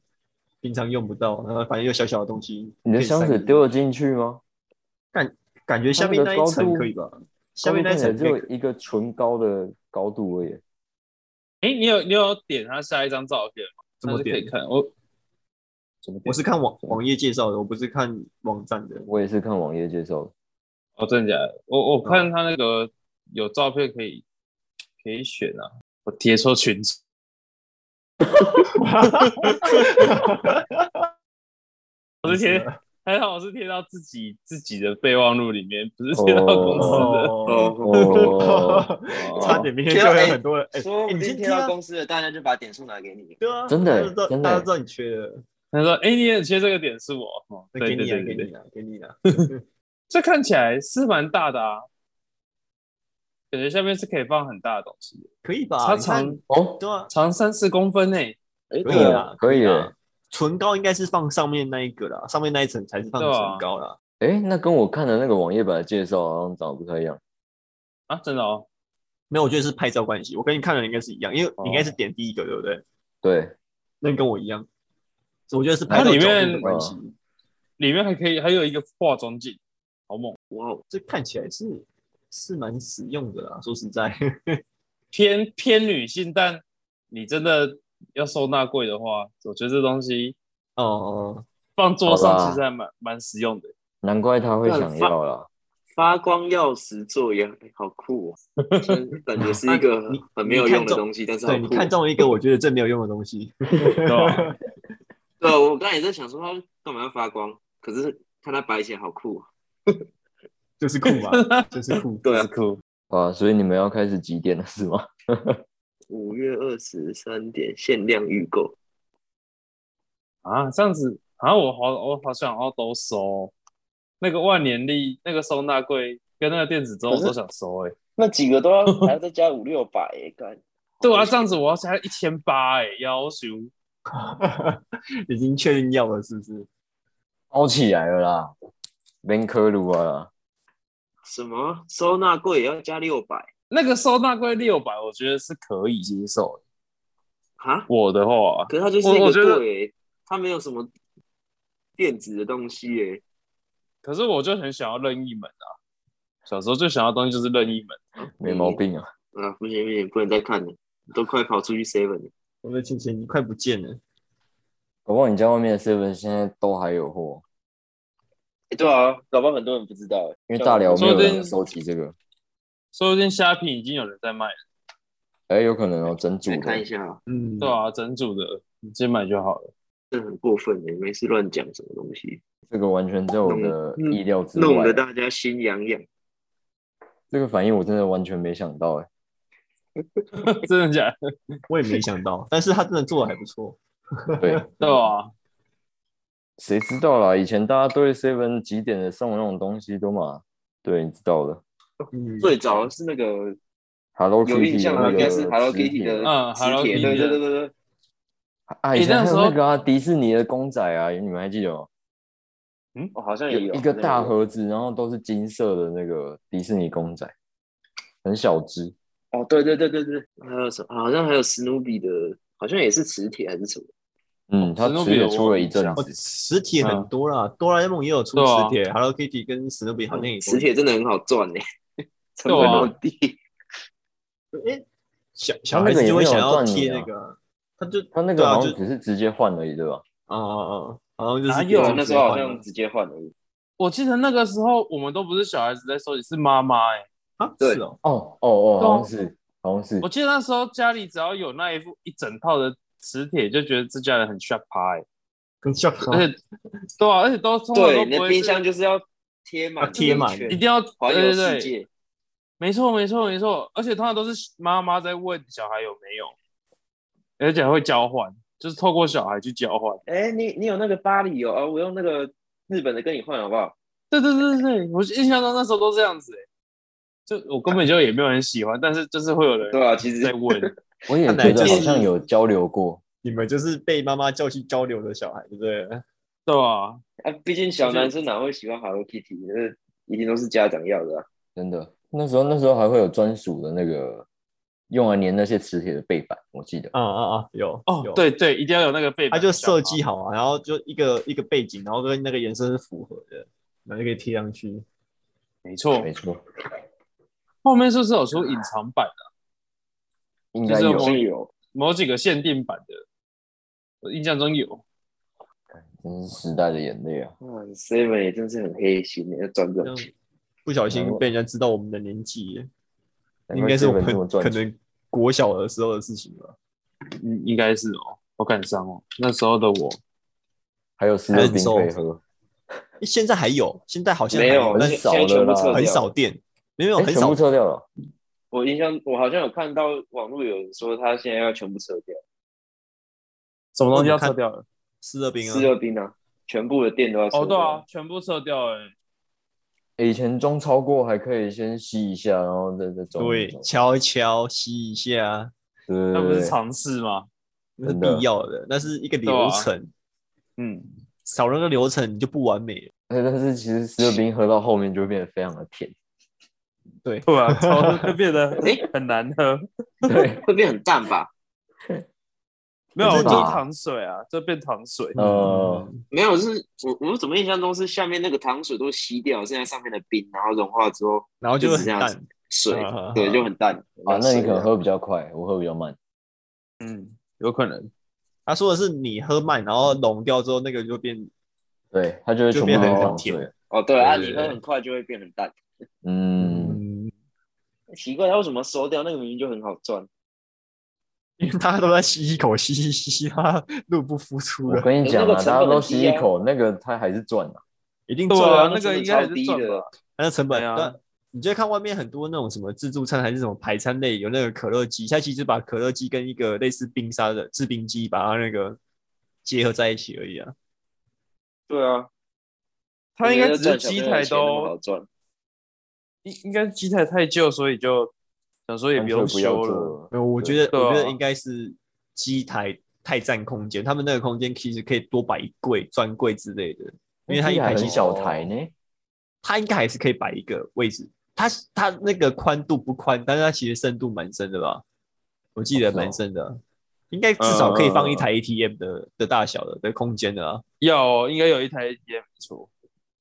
Speaker 3: 平常用不到，然后反正又小小的东西。
Speaker 2: 你的
Speaker 3: 可以塞
Speaker 2: 香水
Speaker 3: 进去
Speaker 2: 丢得进去吗？
Speaker 3: 感觉下面那一
Speaker 2: 它那
Speaker 3: 层
Speaker 2: 个高度
Speaker 3: 可以吧？下面那一
Speaker 2: 高
Speaker 3: 层
Speaker 2: 度看
Speaker 3: 可
Speaker 2: 起来
Speaker 3: 以
Speaker 2: 只有一个唇膏的高度而已。
Speaker 1: 哎、你有你有点他下一张照片吗？
Speaker 3: 怎么
Speaker 1: 那是可以
Speaker 3: 点？
Speaker 1: 看我怎么点
Speaker 3: 我是看网网页介绍的，我不是看网站的。
Speaker 2: 我也是看网页介绍的。
Speaker 1: 哦，真的假的？我
Speaker 3: 嗯
Speaker 1: 我看他那个有照片可以可以选啊，我贴错群 组。我是贴，
Speaker 3: 啊
Speaker 1: 还好我是贴到自己自己的备忘录里面，不是贴到公司的。
Speaker 3: 哦，
Speaker 4: 哦，
Speaker 2: 哦，
Speaker 3: 差点明天就会有很多人。哎、
Speaker 4: 说
Speaker 3: 哎
Speaker 4: 不
Speaker 3: 你
Speaker 4: 定
Speaker 3: 先
Speaker 4: 贴
Speaker 3: 贴啊
Speaker 4: 到公司的，大家就把点数拿给你。
Speaker 3: 对啊，
Speaker 2: 真的
Speaker 3: 大家都知道
Speaker 2: 真的
Speaker 3: 大家都知道你缺了，
Speaker 1: 他说：“哎、你也缺这个点数哦。哦”
Speaker 3: 那给
Speaker 1: 对对
Speaker 3: 你啊，
Speaker 1: 对
Speaker 3: 给
Speaker 1: 对对
Speaker 3: 你，啊，给你啊。
Speaker 1: 这看起来是蛮大的啊，感觉下面是可以放很大的东西的。
Speaker 3: 可以吧？
Speaker 1: 它
Speaker 3: 啊你看
Speaker 1: 长
Speaker 2: 哦，
Speaker 3: 对啊，
Speaker 1: 长三四公分诶、
Speaker 4: 哎，
Speaker 3: 可
Speaker 2: 可
Speaker 3: 以
Speaker 2: 以
Speaker 3: 啊
Speaker 2: 啊，可以
Speaker 3: 啊
Speaker 2: 啊。。
Speaker 3: 唇膏应该是放上面那一个啦，上面那一层才是放
Speaker 1: 对啊
Speaker 3: 唇膏啦。
Speaker 2: 哎，那跟我看的那个网页版的介绍好像长得不太一样。
Speaker 1: 啊，真的哦，
Speaker 3: 没有，我觉得是拍照关系。我跟你看的应该是一样，因为你应
Speaker 1: 哦
Speaker 3: 该是点第一个，对不对？
Speaker 2: 对，那
Speaker 3: 那跟我一样，我觉得是拍照
Speaker 1: 它里
Speaker 3: 角
Speaker 1: 面
Speaker 3: 度的关系。
Speaker 1: 里面还可以还有一个化妆镜，好猛，
Speaker 4: 哇哦，
Speaker 3: 这看起来是是蛮实用的啦，说实在，
Speaker 1: 偏偏女性，但你真的要收纳柜的话，我觉得这东西
Speaker 3: 哦哦，
Speaker 1: 放桌
Speaker 2: 好
Speaker 1: 上
Speaker 2: 吧
Speaker 1: 其实还蛮蛮实用的。
Speaker 2: 难怪他会想要啦。
Speaker 4: 发光钥匙座也哎好酷哦，真的感觉是一 个
Speaker 3: 你
Speaker 4: 很没有用
Speaker 3: 你看
Speaker 4: 的
Speaker 3: 中
Speaker 4: 东西，但是好
Speaker 3: 对
Speaker 4: 酷
Speaker 3: 你
Speaker 4: 哦。
Speaker 3: 看中了一个我觉得最没有用的东西，啊
Speaker 1: 对啊 吧？
Speaker 4: 对，啊我刚才也在想说它干嘛要发光，可是看它摆起来好酷哦。
Speaker 3: 就是酷嘛，就是酷。
Speaker 4: 对
Speaker 1: 是
Speaker 4: 啊，
Speaker 1: 酷，
Speaker 2: 啊，所以你们要开始几点了是吗？
Speaker 4: 五月二十三点限量预购，
Speaker 1: 啊，这样子啊，我好我好想要都收，那个万年历、那个收纳柜跟那个电子周我都想收哎、欸。
Speaker 4: 那几个都 要还要再加五六百耶，干。
Speaker 1: 对啊，这样子我要加一千八哎，要求
Speaker 3: 已经确定要了，是不是？
Speaker 2: 包起来了啦，连科鲁啊啦，
Speaker 4: 什么收纳柜也要加六百
Speaker 1: 那个收纳柜六百，我觉得是可以接受的。
Speaker 4: 啊？
Speaker 1: 我的话，
Speaker 4: 可是它就是
Speaker 1: 我
Speaker 4: 一
Speaker 1: 我
Speaker 4: 个
Speaker 1: 觉得
Speaker 4: 柜耶，它没有什么电子的东西耶。
Speaker 1: 可是我就很想要任意门啊，小时候最想要的东西就是任意门。
Speaker 2: 没毛病啊。
Speaker 4: 啊，不行不行，不能再看了，都快跑出去 seven 了。
Speaker 3: 我的钱钱已经快不见了，
Speaker 2: 搞不好你家外面的 seven 现在都还有货，
Speaker 4: 欸对啊，搞不好很多人不知道耶，欸
Speaker 2: 因为大寮没
Speaker 1: 说
Speaker 2: 有
Speaker 1: 不定
Speaker 2: 人收集这个。
Speaker 1: 说不定虾皮已经有人在卖了，
Speaker 2: 哎、有可能哦，整组
Speaker 4: 来
Speaker 2: 的
Speaker 4: 看一下啊，
Speaker 3: 嗯，
Speaker 1: 对啊，整组的你直接买就好了。
Speaker 4: 这很过分耶，没事乱讲什么东西，
Speaker 2: 这个完全在我的
Speaker 4: 弄
Speaker 2: 意料之
Speaker 4: 弄
Speaker 2: 外
Speaker 4: 得。大家心痒痒。
Speaker 2: 这个反应我真的完全没想到哎、
Speaker 1: 真的假的？
Speaker 3: 我也没想到，但是他真的做的还不错。
Speaker 2: 对，
Speaker 1: 对啊，
Speaker 2: 谁知道啦？以前大家对 seven 几点的送那种东西都嘛，对，你知道的。
Speaker 3: 嗯，
Speaker 4: 最早是那个
Speaker 2: Hello
Speaker 4: 有
Speaker 2: Kitty
Speaker 4: 印象
Speaker 2: 那个
Speaker 4: 的，应该是 Hello
Speaker 2: 磁铁
Speaker 4: Kitty 的
Speaker 1: 嗯
Speaker 4: 磁
Speaker 1: ，Hello
Speaker 4: 铁，
Speaker 1: Kitty
Speaker 4: 对对
Speaker 1: 的
Speaker 4: 对对对，
Speaker 2: 啊，
Speaker 1: 欸
Speaker 2: 以前
Speaker 1: 那
Speaker 2: 还
Speaker 1: 时
Speaker 2: 有
Speaker 1: 候
Speaker 2: 那个啊，迪士尼的公仔啊，你们还记得吗？
Speaker 4: 哦，好像
Speaker 2: 有
Speaker 4: 也
Speaker 2: 一个大
Speaker 4: 好像有
Speaker 2: 盒子，然后都是金色的那个迪士尼公仔，很小只。
Speaker 4: 哦，对对对对对，还有什么？啊好像还有史努比的，好像也是磁铁还是什么？
Speaker 2: 嗯，它
Speaker 1: 史努
Speaker 2: 磁
Speaker 1: 比的
Speaker 2: 铁
Speaker 1: 我
Speaker 2: 出了一阵
Speaker 1: 印象
Speaker 3: 哦，
Speaker 2: 子，
Speaker 3: 磁铁很多啦，哆啦 A 梦也有出
Speaker 1: 对啊
Speaker 3: 磁铁，Hello Kitty 跟史努比好像也有
Speaker 4: 哦磁，铁真的很好赚呢，成
Speaker 1: 对
Speaker 4: 本
Speaker 1: 啊
Speaker 4: 好低。
Speaker 3: 哎，小小孩子就会想要贴那个啊，他就
Speaker 2: 它那
Speaker 3: 对
Speaker 2: 个
Speaker 3: 啊
Speaker 2: 好
Speaker 3: 就
Speaker 2: 像只是直接换而已，对吧？
Speaker 3: 哦哦哦，好像就
Speaker 1: 哪有
Speaker 3: 是给
Speaker 1: 对啊
Speaker 3: 他
Speaker 4: 那时候好
Speaker 3: 直接换
Speaker 4: 像
Speaker 3: 了
Speaker 4: 直接换而已。
Speaker 1: 我记得那个时候我们都不是小孩子在收集，是妈妈哎。
Speaker 3: 啊，
Speaker 4: 对
Speaker 3: 是哦，
Speaker 2: 哦哦哦，
Speaker 1: 对啊
Speaker 2: 好像是，好像是
Speaker 1: 我。记得那时候家里只要有那一副一整套的磁铁，就觉得这家人很 sharp 哎。
Speaker 3: 跟笑
Speaker 1: 而且，对啊，而且都通常
Speaker 4: 对，
Speaker 1: 都
Speaker 4: 你
Speaker 1: 不
Speaker 4: 的
Speaker 1: 会
Speaker 4: 冰
Speaker 1: 是
Speaker 4: 箱就是要贴满
Speaker 3: 要贴满
Speaker 4: 一
Speaker 1: 一
Speaker 4: 圈
Speaker 1: 定要
Speaker 4: 环
Speaker 1: 对对
Speaker 4: 游世
Speaker 1: 对
Speaker 4: 界。
Speaker 1: 没错，没错，没错，而且通常都是妈妈在问小孩有没有，而且还会交换，就是透过小孩去交换。
Speaker 4: 哎，你你有那个巴黎哦，哦我用那个日本的跟你换好不好？
Speaker 1: 对对对对，对，我印象中那时候都这样子、欸，就我根本就也没有很喜欢，但是就是会有人
Speaker 4: 对啊，其实
Speaker 1: 在问，
Speaker 2: 我也
Speaker 3: 看来
Speaker 2: 觉得
Speaker 3: 就
Speaker 2: 好
Speaker 3: 是
Speaker 2: 像有交流过，
Speaker 3: 你们就是被妈妈叫去交流的小孩，对不对？
Speaker 1: 对吧、
Speaker 4: 啊，毕竟小男生哪会喜欢 Hello Kitty？那一定都是家长要的啊。
Speaker 2: 真的。那时候那时候还会有专属的那个用来粘那些磁铁的背板，我记得。
Speaker 3: 啊啊啊，有
Speaker 1: 哦
Speaker 3: 有，，
Speaker 1: 对对，一定要有那个背
Speaker 3: 他
Speaker 1: 板
Speaker 3: 就
Speaker 1: 小孩，
Speaker 3: 设计好啊，然后就一个一个背景，然后跟那个颜色是符合的，然后就可以贴上去。
Speaker 1: 没错。
Speaker 2: 没错，
Speaker 1: 后面是不是有出隐藏版的、
Speaker 2: 应
Speaker 1: 就
Speaker 2: 该
Speaker 1: 是
Speaker 2: 有
Speaker 1: 某
Speaker 4: 真有
Speaker 1: 某几个限定版的？我印象中有，
Speaker 2: 真是时代的眼泪啊！
Speaker 4: 哇，Seven 也真是很黑心的，要赚这
Speaker 3: 这
Speaker 4: 种
Speaker 3: 样
Speaker 4: 钱。
Speaker 3: 不小心被人家知道我们的年纪耶，应该是
Speaker 2: 嗯难
Speaker 3: 我
Speaker 2: 怪
Speaker 3: 们
Speaker 2: Seven 这么
Speaker 3: 可
Speaker 2: 赚钱。
Speaker 3: 能国小的时候的事情吧。
Speaker 1: 应应该是哦，好感伤哦，那时候的我，
Speaker 2: 还有十六
Speaker 3: 很
Speaker 2: 冰
Speaker 3: 瘦
Speaker 2: 可以喝，
Speaker 3: 诶现在还有，现在好
Speaker 1: 嗯
Speaker 3: 像还
Speaker 4: 没有，
Speaker 2: 很
Speaker 4: 那
Speaker 3: 但
Speaker 4: 个
Speaker 3: 是
Speaker 2: 少
Speaker 4: 现在全部
Speaker 2: 了啦
Speaker 4: 撤掉
Speaker 2: 很
Speaker 3: 很
Speaker 4: 了
Speaker 3: 少店，没有
Speaker 2: 哎，
Speaker 3: 很
Speaker 2: 全
Speaker 3: 少
Speaker 2: 部，撤掉了。
Speaker 4: 我印象，我好像有看到网络有人说他现在要全部撤掉，
Speaker 1: 什么
Speaker 3: 东西要撤
Speaker 1: 掉了？
Speaker 3: 四热冰
Speaker 4: 四
Speaker 3: 啊，
Speaker 4: 热冰啊，全部的店都要撤掉。
Speaker 1: 哦，对啊，，全部撤掉了、欸。
Speaker 2: 哎以前中超过还可以先吸一下，然后再再走。
Speaker 3: 对，
Speaker 2: 走
Speaker 3: 敲一敲，吸一下，
Speaker 2: 对
Speaker 1: 那
Speaker 2: 对
Speaker 1: 不
Speaker 2: 对
Speaker 1: 是
Speaker 2: 对，
Speaker 1: 尝试吗？
Speaker 3: 那是
Speaker 2: 真的
Speaker 3: 必要的，那是一个
Speaker 1: 对啊
Speaker 3: 流程，
Speaker 1: 嗯，
Speaker 3: 少了那个流程你就不完美了。
Speaker 2: 哎但是其实十六冰喝到后面就会变得非常的甜。
Speaker 3: 对，
Speaker 1: 对啊，超
Speaker 3: 嗯
Speaker 1: 会变 得
Speaker 4: 诶
Speaker 1: 很难喝。
Speaker 2: 对，
Speaker 4: 会变很淡吧？
Speaker 1: 没有，
Speaker 3: 真
Speaker 1: 就是
Speaker 3: 的嗯
Speaker 2: 啊
Speaker 1: 糖水啊，就变糖水。
Speaker 2: 呃，
Speaker 4: 没有，是我我怎么印象中是下面那个糖水都吸掉，剩下上面的冰，然后融化之后
Speaker 3: 然后就
Speaker 4: 就
Speaker 3: 会
Speaker 4: 是
Speaker 3: 很
Speaker 4: 这样
Speaker 3: 淡，
Speaker 4: 水
Speaker 3: 啊啊啊，
Speaker 4: 对，就很淡。
Speaker 2: 啊，
Speaker 3: 嗯
Speaker 2: 那你可能
Speaker 4: 水啊
Speaker 2: 喝比较快，我喝比较慢。
Speaker 1: 嗯，有可能。
Speaker 3: 他说的是你喝慢，然后溶掉之后，那个就变
Speaker 2: 对，它就会全
Speaker 3: 就
Speaker 2: 部
Speaker 3: 变
Speaker 2: 都
Speaker 3: 得
Speaker 2: 是
Speaker 3: 很
Speaker 2: 糖
Speaker 3: 甜
Speaker 2: 水。
Speaker 4: 哦，对啊，
Speaker 3: 对对
Speaker 4: 你喝
Speaker 3: 对
Speaker 4: 很快就会变很淡。
Speaker 2: 嗯，
Speaker 3: 嗯，
Speaker 4: 奇怪，他为什么收掉？那个明明就很好赚。
Speaker 3: 因为大家都在吸一口，吸吸吸吸，他入不敷出
Speaker 2: 我
Speaker 3: 了，
Speaker 2: 跟你讲
Speaker 4: 那
Speaker 2: 啊，
Speaker 4: 个
Speaker 2: 大
Speaker 4: 成
Speaker 2: 家
Speaker 4: 本
Speaker 2: 都
Speaker 4: 很
Speaker 2: 吸
Speaker 4: 低啊
Speaker 2: 一口，那个他还是赚的。
Speaker 3: 一定
Speaker 1: 对
Speaker 3: 做
Speaker 1: 啊
Speaker 3: 啊。，
Speaker 1: 那
Speaker 4: 那
Speaker 1: 个
Speaker 4: 成
Speaker 1: 应
Speaker 4: 本
Speaker 1: 该还
Speaker 4: 超
Speaker 1: 是
Speaker 4: 低
Speaker 1: 赚
Speaker 4: 的
Speaker 1: 吧。
Speaker 3: 它的成本
Speaker 1: 对啊
Speaker 3: 但你就会看外面很多那种什么自助餐还是什么排餐类，有那个可乐鸡，它其实把可乐鸡跟一个类似冰沙的制冰机，把它那个结合在一起而已啊。
Speaker 4: 对啊，
Speaker 1: 他应该
Speaker 4: 我
Speaker 1: 只
Speaker 4: 觉得
Speaker 1: 是机
Speaker 4: 赚小朋友
Speaker 1: 台
Speaker 4: 的钱那么
Speaker 1: 都
Speaker 4: 好赚。
Speaker 1: 应应该机台太旧，所以就想说也
Speaker 2: 干
Speaker 1: 用
Speaker 2: 脆不要
Speaker 1: 修
Speaker 2: 做
Speaker 1: 了。
Speaker 2: 了。
Speaker 3: 没有，呃我觉得
Speaker 1: 对啊
Speaker 3: 我觉得应该是机台太占空间，他们那个空间其实可以多摆一柜、专柜之类的，因为它
Speaker 2: 那
Speaker 3: 一
Speaker 2: 机台
Speaker 3: 台
Speaker 2: 很
Speaker 3: 其实
Speaker 2: 小台呢，
Speaker 3: 它应该还是可以摆一个位置。它它那个宽度不宽，但是它其实深度蛮深的吧？我记得
Speaker 2: 哦是哦
Speaker 3: 蛮深的啊，应该至少可以
Speaker 4: 嗯
Speaker 3: 放一台 ATM 的的大小的的空间的啊。
Speaker 1: 要哦应该有一台 ATM 不错，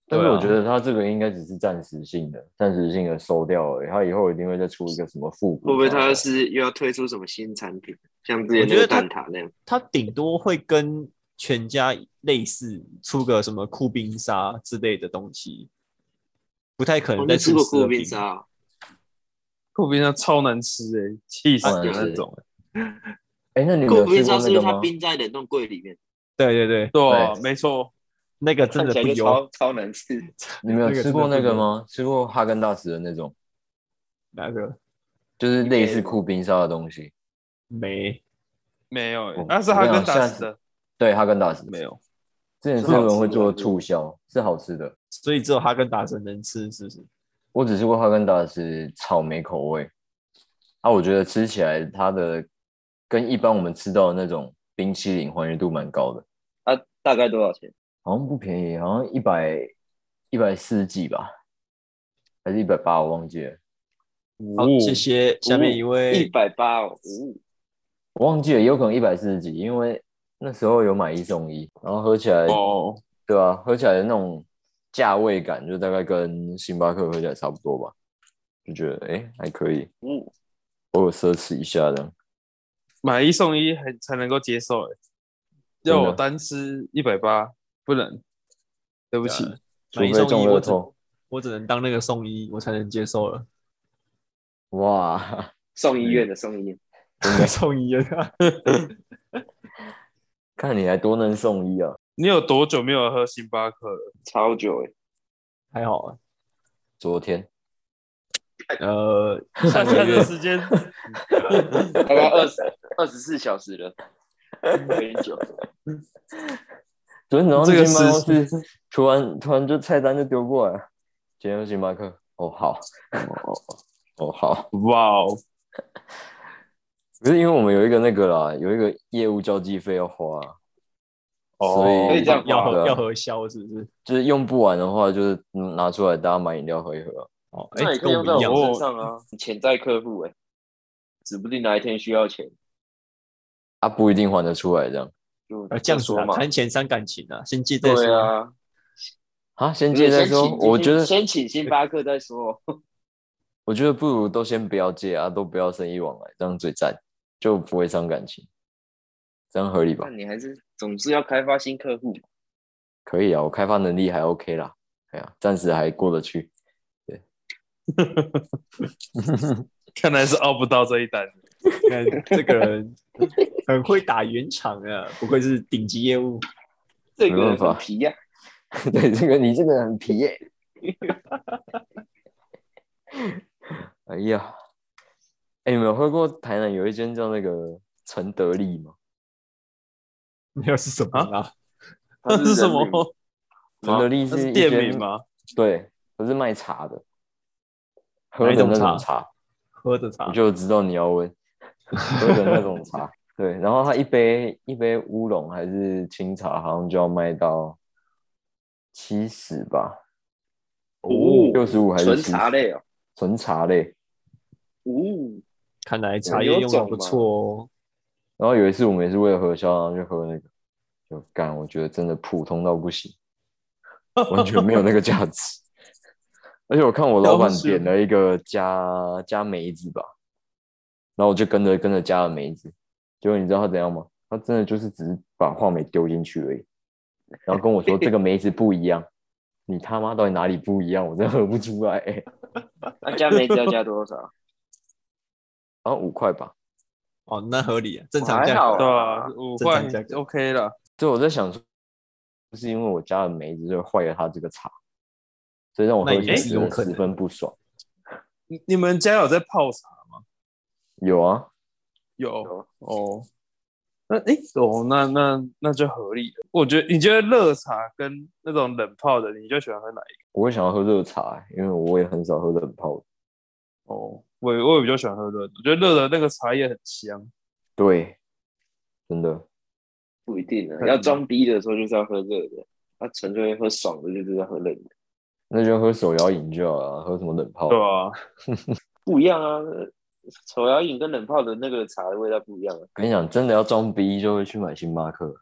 Speaker 2: 但是
Speaker 3: 对啊
Speaker 2: 我觉得他这个应该只是暂时性的，暂时性的收掉而已。他以后一定会再出一个什么复古。
Speaker 4: 会不会
Speaker 1: 嗯
Speaker 4: 他是又要推出什么新产品，像之前
Speaker 3: 我觉
Speaker 4: 那个
Speaker 3: 得他
Speaker 4: 蛋挞那样？
Speaker 3: 它顶多会跟全家类似，出个什么酷冰沙之类的东西，不太可
Speaker 4: 我
Speaker 1: 嗯
Speaker 3: 能再
Speaker 4: 没哦吃
Speaker 3: 出
Speaker 4: 过
Speaker 3: 十
Speaker 4: 酷
Speaker 3: 二
Speaker 4: 冰
Speaker 3: 冰。
Speaker 4: 沙哦，
Speaker 1: 酷冰上超难吃哎、气
Speaker 3: 啊
Speaker 1: 死
Speaker 2: 超
Speaker 1: 的
Speaker 2: 难吃
Speaker 1: 那种、欸
Speaker 2: 哎，那你们
Speaker 4: 酷
Speaker 2: 有
Speaker 4: 冰
Speaker 2: 吃
Speaker 4: 沙
Speaker 2: 过
Speaker 4: 是
Speaker 2: 那
Speaker 4: 不是
Speaker 2: 个
Speaker 4: 它
Speaker 2: 吗？
Speaker 4: 冰在冷冻柜里面？
Speaker 3: 对对对，
Speaker 1: 对啊，
Speaker 2: 对
Speaker 1: 没错，
Speaker 3: 那个真的
Speaker 4: 看
Speaker 3: 不
Speaker 4: 起来
Speaker 3: 油。
Speaker 4: 就超超 难吃。
Speaker 2: 你们有
Speaker 3: 那个
Speaker 2: 吃过
Speaker 3: 真的
Speaker 2: 那个
Speaker 3: 不一样
Speaker 2: 吗？吃过哈根达斯的那种，
Speaker 3: 哪个
Speaker 2: 就是类似
Speaker 4: 应该
Speaker 2: 酷冰沙的东西。
Speaker 3: 没？
Speaker 1: 没有、欸
Speaker 2: 我，
Speaker 1: 那是哈根达斯
Speaker 2: 我
Speaker 1: 的，
Speaker 2: 对，哈根达斯
Speaker 1: 没。有，
Speaker 2: 之前
Speaker 4: 是
Speaker 2: 日
Speaker 4: 好
Speaker 2: 本
Speaker 4: 吃
Speaker 2: 会
Speaker 4: 的
Speaker 2: 做
Speaker 4: 是不是
Speaker 2: 促销，是好吃的。
Speaker 3: 所以只有哈根达斯能吃，是不是？
Speaker 2: 我只吃过哈根达斯草莓口味，啊，我觉得吃起来它的跟一般我们吃到的那种冰淇淋还原度蛮高的，
Speaker 4: 啊，大概多少钱？
Speaker 2: 好像不便宜，好像一百一百四十几吧，还是一百八，我忘记了，
Speaker 3: 好，
Speaker 1: 哦
Speaker 3: 谢谢。下面一
Speaker 4: 一
Speaker 3: 位，
Speaker 4: 百八哦，呜
Speaker 2: 我忘记了，有可能一百四十几，因为那时候有买一送一，然后喝起来，
Speaker 1: 哦，
Speaker 2: 对吧、喝起来的那种价位感就大概跟星巴克喝起来差不多吧，就觉得哎、诶还可以，
Speaker 4: 呜，
Speaker 2: 偶尔奢侈一下的。
Speaker 1: 买一送一还才能够接受哎、
Speaker 2: 真的
Speaker 1: 要我单吃一百八不能，对不起，
Speaker 2: 除
Speaker 3: 买一
Speaker 2: 非
Speaker 3: 送
Speaker 2: 中
Speaker 3: 一，
Speaker 2: 乐
Speaker 3: 我只
Speaker 2: 透，
Speaker 3: 我只能当那个送医，我才能接受 了。
Speaker 2: 哇！
Speaker 4: 送医院
Speaker 3: 嗯
Speaker 4: 的送医 院，
Speaker 3: 送医啊，
Speaker 2: 看你还多能送医啊！
Speaker 1: 你有多久没有喝星巴克 了？
Speaker 4: 超久哎，
Speaker 3: 还好啊。
Speaker 2: 昨天
Speaker 3: 呃，
Speaker 1: 下
Speaker 3: 上
Speaker 1: 架
Speaker 3: 个
Speaker 1: 的
Speaker 3: 月
Speaker 1: 时间，
Speaker 4: 大概二十二十四小时了，有点久。
Speaker 2: 昨天早上
Speaker 1: 这个
Speaker 2: 去星巴克
Speaker 1: 事
Speaker 2: 是突然突然就菜单就丢过来了，今天去星巴克，哦好，哦好，
Speaker 1: 哇哦，
Speaker 2: 可是因为我们有一个那个啦，有一个业务交际费要花啊，所
Speaker 4: 哦可以这样
Speaker 3: 要
Speaker 4: 吧
Speaker 2: 对啊
Speaker 3: 核要核销是不是？
Speaker 2: 就是用不完的话，就是拿出来大家买饮料喝一喝啊。
Speaker 3: 哦，哎
Speaker 4: 那也，可以
Speaker 3: 跟我
Speaker 4: 用在
Speaker 3: 们一样
Speaker 1: 哦。
Speaker 4: 我身上啊，潜在客户哎，指不定哪一天需要钱，
Speaker 2: 啊，不一定还得出来这样
Speaker 4: 就
Speaker 3: 呃，这样
Speaker 4: 就
Speaker 3: 子
Speaker 4: 说
Speaker 3: 啊，
Speaker 4: 嘛，
Speaker 3: 谈钱伤感情啊，先借再
Speaker 4: 对
Speaker 3: 说。
Speaker 4: 啊，
Speaker 2: 啊。先借再说，
Speaker 4: 先请
Speaker 2: 我觉得
Speaker 4: 先请星巴克再说，
Speaker 2: 我觉得不如都先不要借啊，都不要生意往来，这样最赞，就不会伤感情，这样合理吧
Speaker 4: 那？你还是总是要开发新客户嘛，
Speaker 2: 可以啊，我开发能力还 OK 啦，哎呀、暂时还过得去。对，
Speaker 1: 看来是熬不到这一单。
Speaker 3: 看这个人很会打圆场啊，不愧是顶级业务。
Speaker 4: 这个
Speaker 2: 没办
Speaker 4: 人
Speaker 2: 法
Speaker 4: 很皮呀，
Speaker 2: 对，这个你这个很皮耶、哎呀，哎、你们有喝过台南有一间叫那个陈德利吗？
Speaker 3: 那又是什么啊？
Speaker 4: 他
Speaker 1: 那是什
Speaker 4: 人
Speaker 1: 么
Speaker 4: 民？
Speaker 2: 陈德利
Speaker 1: 那
Speaker 2: 一
Speaker 1: 是
Speaker 2: 间
Speaker 1: 店名？吗？
Speaker 2: 对，可是卖茶的，喝
Speaker 3: 哪一
Speaker 2: 的
Speaker 3: 种
Speaker 2: 那
Speaker 3: 茶
Speaker 2: 种茶，
Speaker 3: 喝的茶
Speaker 2: 我，就知道你要问，喝的那种茶。对，然后它一杯一杯乌龙还是清茶，好像就要卖到七十吧，
Speaker 4: 哦
Speaker 2: 六十五还是
Speaker 4: 纯
Speaker 2: 70
Speaker 4: 茶类哦，
Speaker 2: 纯茶类。
Speaker 4: 呜，
Speaker 3: 看来茶叶用的不错哦。
Speaker 2: 然后有一次我们也是为了核销，然后就喝那个，就干，我觉得真的普通到不行，完全没有那个价值。 而且我看我老板点了一个加加梅子吧，然后我就跟着跟着加了梅子，结果你知道他怎样吗？他真的就是只是把话梅丢进去而已，然后跟我说这个梅子不一样，你他妈到底哪里不一样？我真喝不出来、欸。
Speaker 4: 那啊加梅子 要加多少？
Speaker 2: 好像五块吧。
Speaker 3: 哦，那合理，啊，正常
Speaker 4: 还
Speaker 3: 价
Speaker 4: 好
Speaker 3: 格。
Speaker 1: 对啊，五
Speaker 3: 正
Speaker 1: 块
Speaker 3: 常价格
Speaker 1: OK 了。
Speaker 2: 所以我在想说，是因为我加了梅子，就坏了它这个茶，所以让我喝
Speaker 3: 那
Speaker 2: 起
Speaker 1: 也
Speaker 2: 来
Speaker 1: 是
Speaker 3: 有
Speaker 2: 真的
Speaker 3: 可能
Speaker 2: 十分不爽。
Speaker 1: 你你们家有在泡茶吗？
Speaker 2: 有啊，
Speaker 1: 有
Speaker 4: 有
Speaker 1: 哦。那诶、哦，那那那就合理了。我觉得你觉得热茶跟那种冷泡的，你就喜欢喝哪一
Speaker 2: 我会想要喝热茶、欸，因为我也很少喝冷泡的。
Speaker 1: 个？哦，我也我也比较喜欢喝热的，我觉得热的那个茶叶很香。
Speaker 2: 对，真的
Speaker 4: 不一定啊，要装逼的时候就是要喝热的，那纯粹喝爽的就是要喝冷的，
Speaker 2: 那就喝手摇饮就好了，喝什么冷泡？
Speaker 1: 对啊，
Speaker 4: 不一样啊。手摇饮跟冷泡的那个茶的味道不一样啊。
Speaker 2: 跟你讲，真的要装逼就会去买星巴克，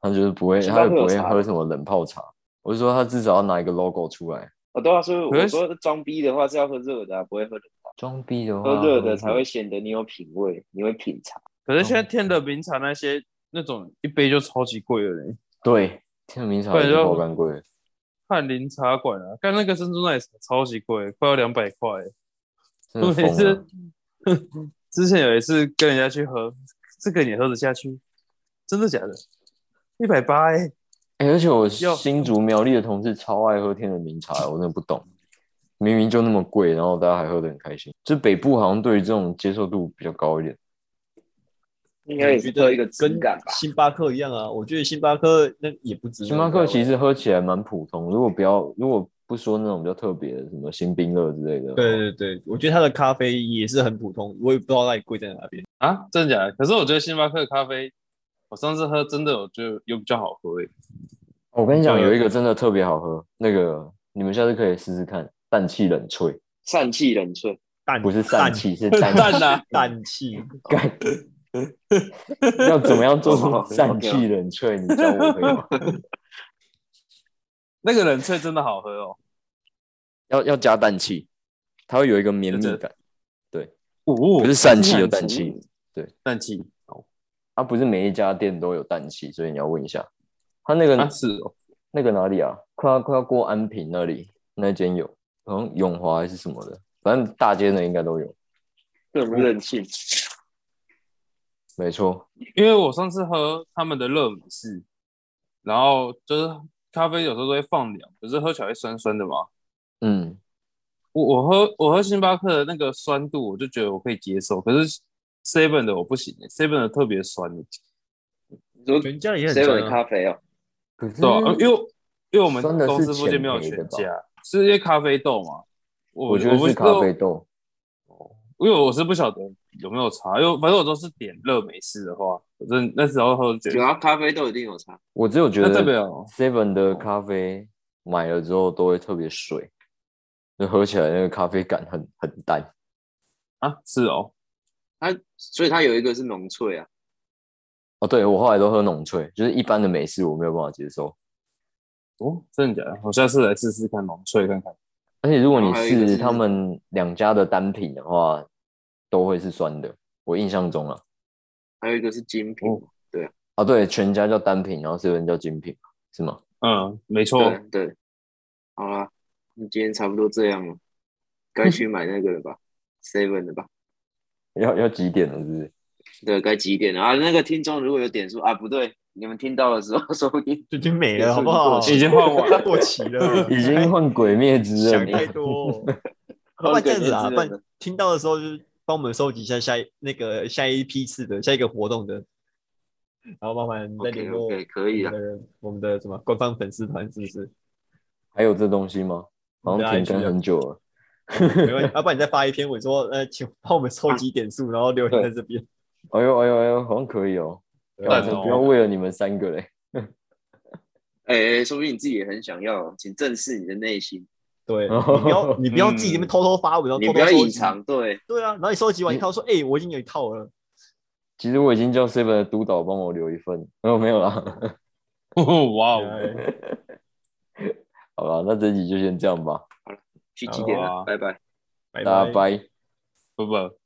Speaker 2: 他就是不会，
Speaker 4: 星
Speaker 2: 他
Speaker 4: 巴
Speaker 2: 就
Speaker 4: 克
Speaker 2: 不
Speaker 4: 有
Speaker 2: 会
Speaker 4: 茶
Speaker 2: 喝什么冷泡茶。我是说，他至少要拿一个 logo 出来。
Speaker 4: 哦，对啊，所以
Speaker 1: 可
Speaker 4: 我
Speaker 1: 是
Speaker 4: 说装逼的话是要喝热的、啊，不会喝冷
Speaker 2: 装逼的话，
Speaker 1: 哦
Speaker 4: 喝热的哦才会显得你有品味，你会品茶。
Speaker 1: 可是现在天的名茶那些那种一杯就超级贵了嘞。
Speaker 2: 对。天明茶
Speaker 1: 不然
Speaker 2: 也是
Speaker 1: 就
Speaker 2: 爆干贵的，
Speaker 1: 翰林茶馆啊，干那个珍珠奶茶超级贵，快要两百块。
Speaker 2: 真的
Speaker 1: 我 每
Speaker 2: 嗯疯了
Speaker 1: 次。 之前有一次跟人家去喝，这个你喝得下去？真的假的？一百八哎，
Speaker 2: 哎、而且我
Speaker 1: 要
Speaker 2: 新竹苗栗的同事超爱喝天人名茶，我真的不懂，明明就那么贵，然后大家还喝得很开心。就北部好像对于这种接受度比较高一点。
Speaker 4: 应该也是喝一个质
Speaker 3: 跟
Speaker 4: 感吧。
Speaker 3: 星巴克一样啊，我觉得星巴克那啊也不值。
Speaker 2: 星巴克其
Speaker 3: 实
Speaker 2: 实喝起来蛮普通，如果不要如果不说那种比较特别的什么新冰乐之类的，
Speaker 3: 对，对对，我觉得它的咖啡也是很普通，我也不知道它贵在哪边。
Speaker 1: 啊，真的假的？可是我觉得星巴克咖啡，我上次喝真的，我觉得有比较好喝哎。
Speaker 2: 我跟你讲
Speaker 1: 对
Speaker 2: 有一个真的特别好喝，那个你们下次可以试试看，氮气冷萃，
Speaker 4: 疝气冷萃，
Speaker 3: 氮
Speaker 2: 不是
Speaker 3: 氮
Speaker 2: 氮气是氮气，
Speaker 1: 淡啊，
Speaker 3: 氮气，
Speaker 2: 干要怎么样做出
Speaker 4: OK，OK
Speaker 2: 氮气冷萃？你教我可以吗？
Speaker 1: 那个冷萃真的好喝哦。
Speaker 2: 要要加氮气，它会有一个绵密
Speaker 1: 就这
Speaker 2: 感。
Speaker 1: 哦
Speaker 2: 不是疝气有
Speaker 4: 氮
Speaker 2: 氮气，
Speaker 1: 氮气
Speaker 2: 它啊不是每一家店都有氮气，所以你要问一下。它那个、
Speaker 1: 啊，是哦，
Speaker 2: 那个哪里啊？快要快要过安平那里那间有，好像永华还是什么的，反正大街的应该都有。
Speaker 4: 这
Speaker 1: 哦
Speaker 4: 种韧性。
Speaker 2: 没错，
Speaker 1: 因为我上次喝他们的热美式，然后就是咖啡有时候都会放凉，可是喝起来会酸酸的嘛。
Speaker 2: 嗯，
Speaker 1: 我我喝我喝星巴克的那个酸度，我就觉得我可以接受，可是 Seven 的我不行，Seven 欸的特别酸欸的，
Speaker 4: 你说
Speaker 3: 全家也很
Speaker 4: seven
Speaker 3: 酸
Speaker 4: 的
Speaker 3: 啊。
Speaker 4: 咖啡哦，
Speaker 2: 可是
Speaker 1: 对吧、呃因为因为我们
Speaker 2: 酸嗯的是
Speaker 1: 公司附近没有
Speaker 2: 浅焙
Speaker 1: 全
Speaker 2: 的吧
Speaker 1: 家，是因为咖啡豆嘛。我
Speaker 2: 我觉得
Speaker 1: 不
Speaker 2: 是咖啡，豆，
Speaker 1: 因为我是不晓得有没有差，因为反正我都是点热美式的话，我真的那时候喝觉
Speaker 4: 有
Speaker 1: 得
Speaker 4: 啊，咖啡豆一定有差。
Speaker 2: 我只有觉
Speaker 1: 那代
Speaker 2: 得
Speaker 1: 表
Speaker 2: Seven 的咖啡买了之后都会特别水，就喝起来那个咖啡感很很淡。
Speaker 1: 啊是哦，
Speaker 4: 它所以它有一个是浓萃啊，
Speaker 2: 哦，对我后来都喝浓萃，就是一般的美式我没有办法接受。
Speaker 1: 哦真的假的？我下次来试试看浓萃看看。
Speaker 2: 而且如果你
Speaker 4: 然后还有一个
Speaker 2: 是
Speaker 4: 是
Speaker 2: 他们两家的单品的话，都会是酸的。我印象中啊，
Speaker 4: 还有一个是精品。
Speaker 1: 哦
Speaker 2: 啊对，全家叫单品，然后 seven 叫精品，是吗？
Speaker 1: 嗯，没错，
Speaker 3: 哦
Speaker 4: 对对，好啦，那今天差不多这样了，该去买那个 了吧，seven 了吧？
Speaker 2: 要要几点了？是不是？
Speaker 4: 对，该几点了啊？那个听众如果有点数啊，不对，你们听到的时候 说不定
Speaker 3: 就已经没了，好不好？
Speaker 1: 已经换完了，
Speaker 3: 过期了，
Speaker 2: 已经换鬼灭之刃
Speaker 3: 想
Speaker 2: 了
Speaker 3: 太，多。不然这样子啊，不然听到的时候就是帮我们收集一下下一那个下一批次的下一个活动的，然后慢慢再联
Speaker 4: OK
Speaker 3: 络
Speaker 4: OK 可以
Speaker 3: 我
Speaker 4: 啊
Speaker 3: 们，的我们的什么官方粉丝团是不是？
Speaker 2: 还有这东西吗？好像停更很久了。
Speaker 3: 没关系，要不然你再发一篇，我说呃，请帮我们收集点数，然后留言在这边。
Speaker 2: 哎呦哎呦哎呦，好像可以哦。
Speaker 3: 对啊
Speaker 1: 赞
Speaker 2: 干
Speaker 1: 哦
Speaker 2: 我不要为了你们三个嘞，
Speaker 4: 哎、哎说不定你自己也很想要，请正视你的内心，
Speaker 3: 对，你不要你不要自己那边偷偷发文，然后
Speaker 4: 嗯你
Speaker 3: 哦偷
Speaker 4: 不
Speaker 3: 偷
Speaker 4: 要
Speaker 3: 收
Speaker 4: 隐
Speaker 3: 集。
Speaker 4: 藏。对，
Speaker 3: 对啊，然后你收集完一套说，哎，我已经有一套了。
Speaker 2: 其实我已经叫 seven 的督导帮我留一份，哦没有没有啦。
Speaker 1: 哇哦，
Speaker 3: 哎
Speaker 2: 好了，那这集就先这样吧，
Speaker 4: 去几点了、
Speaker 1: 好啊
Speaker 4: 拜拜。
Speaker 3: 拜
Speaker 2: 大
Speaker 3: 拜
Speaker 2: 家。拜。
Speaker 1: 不不。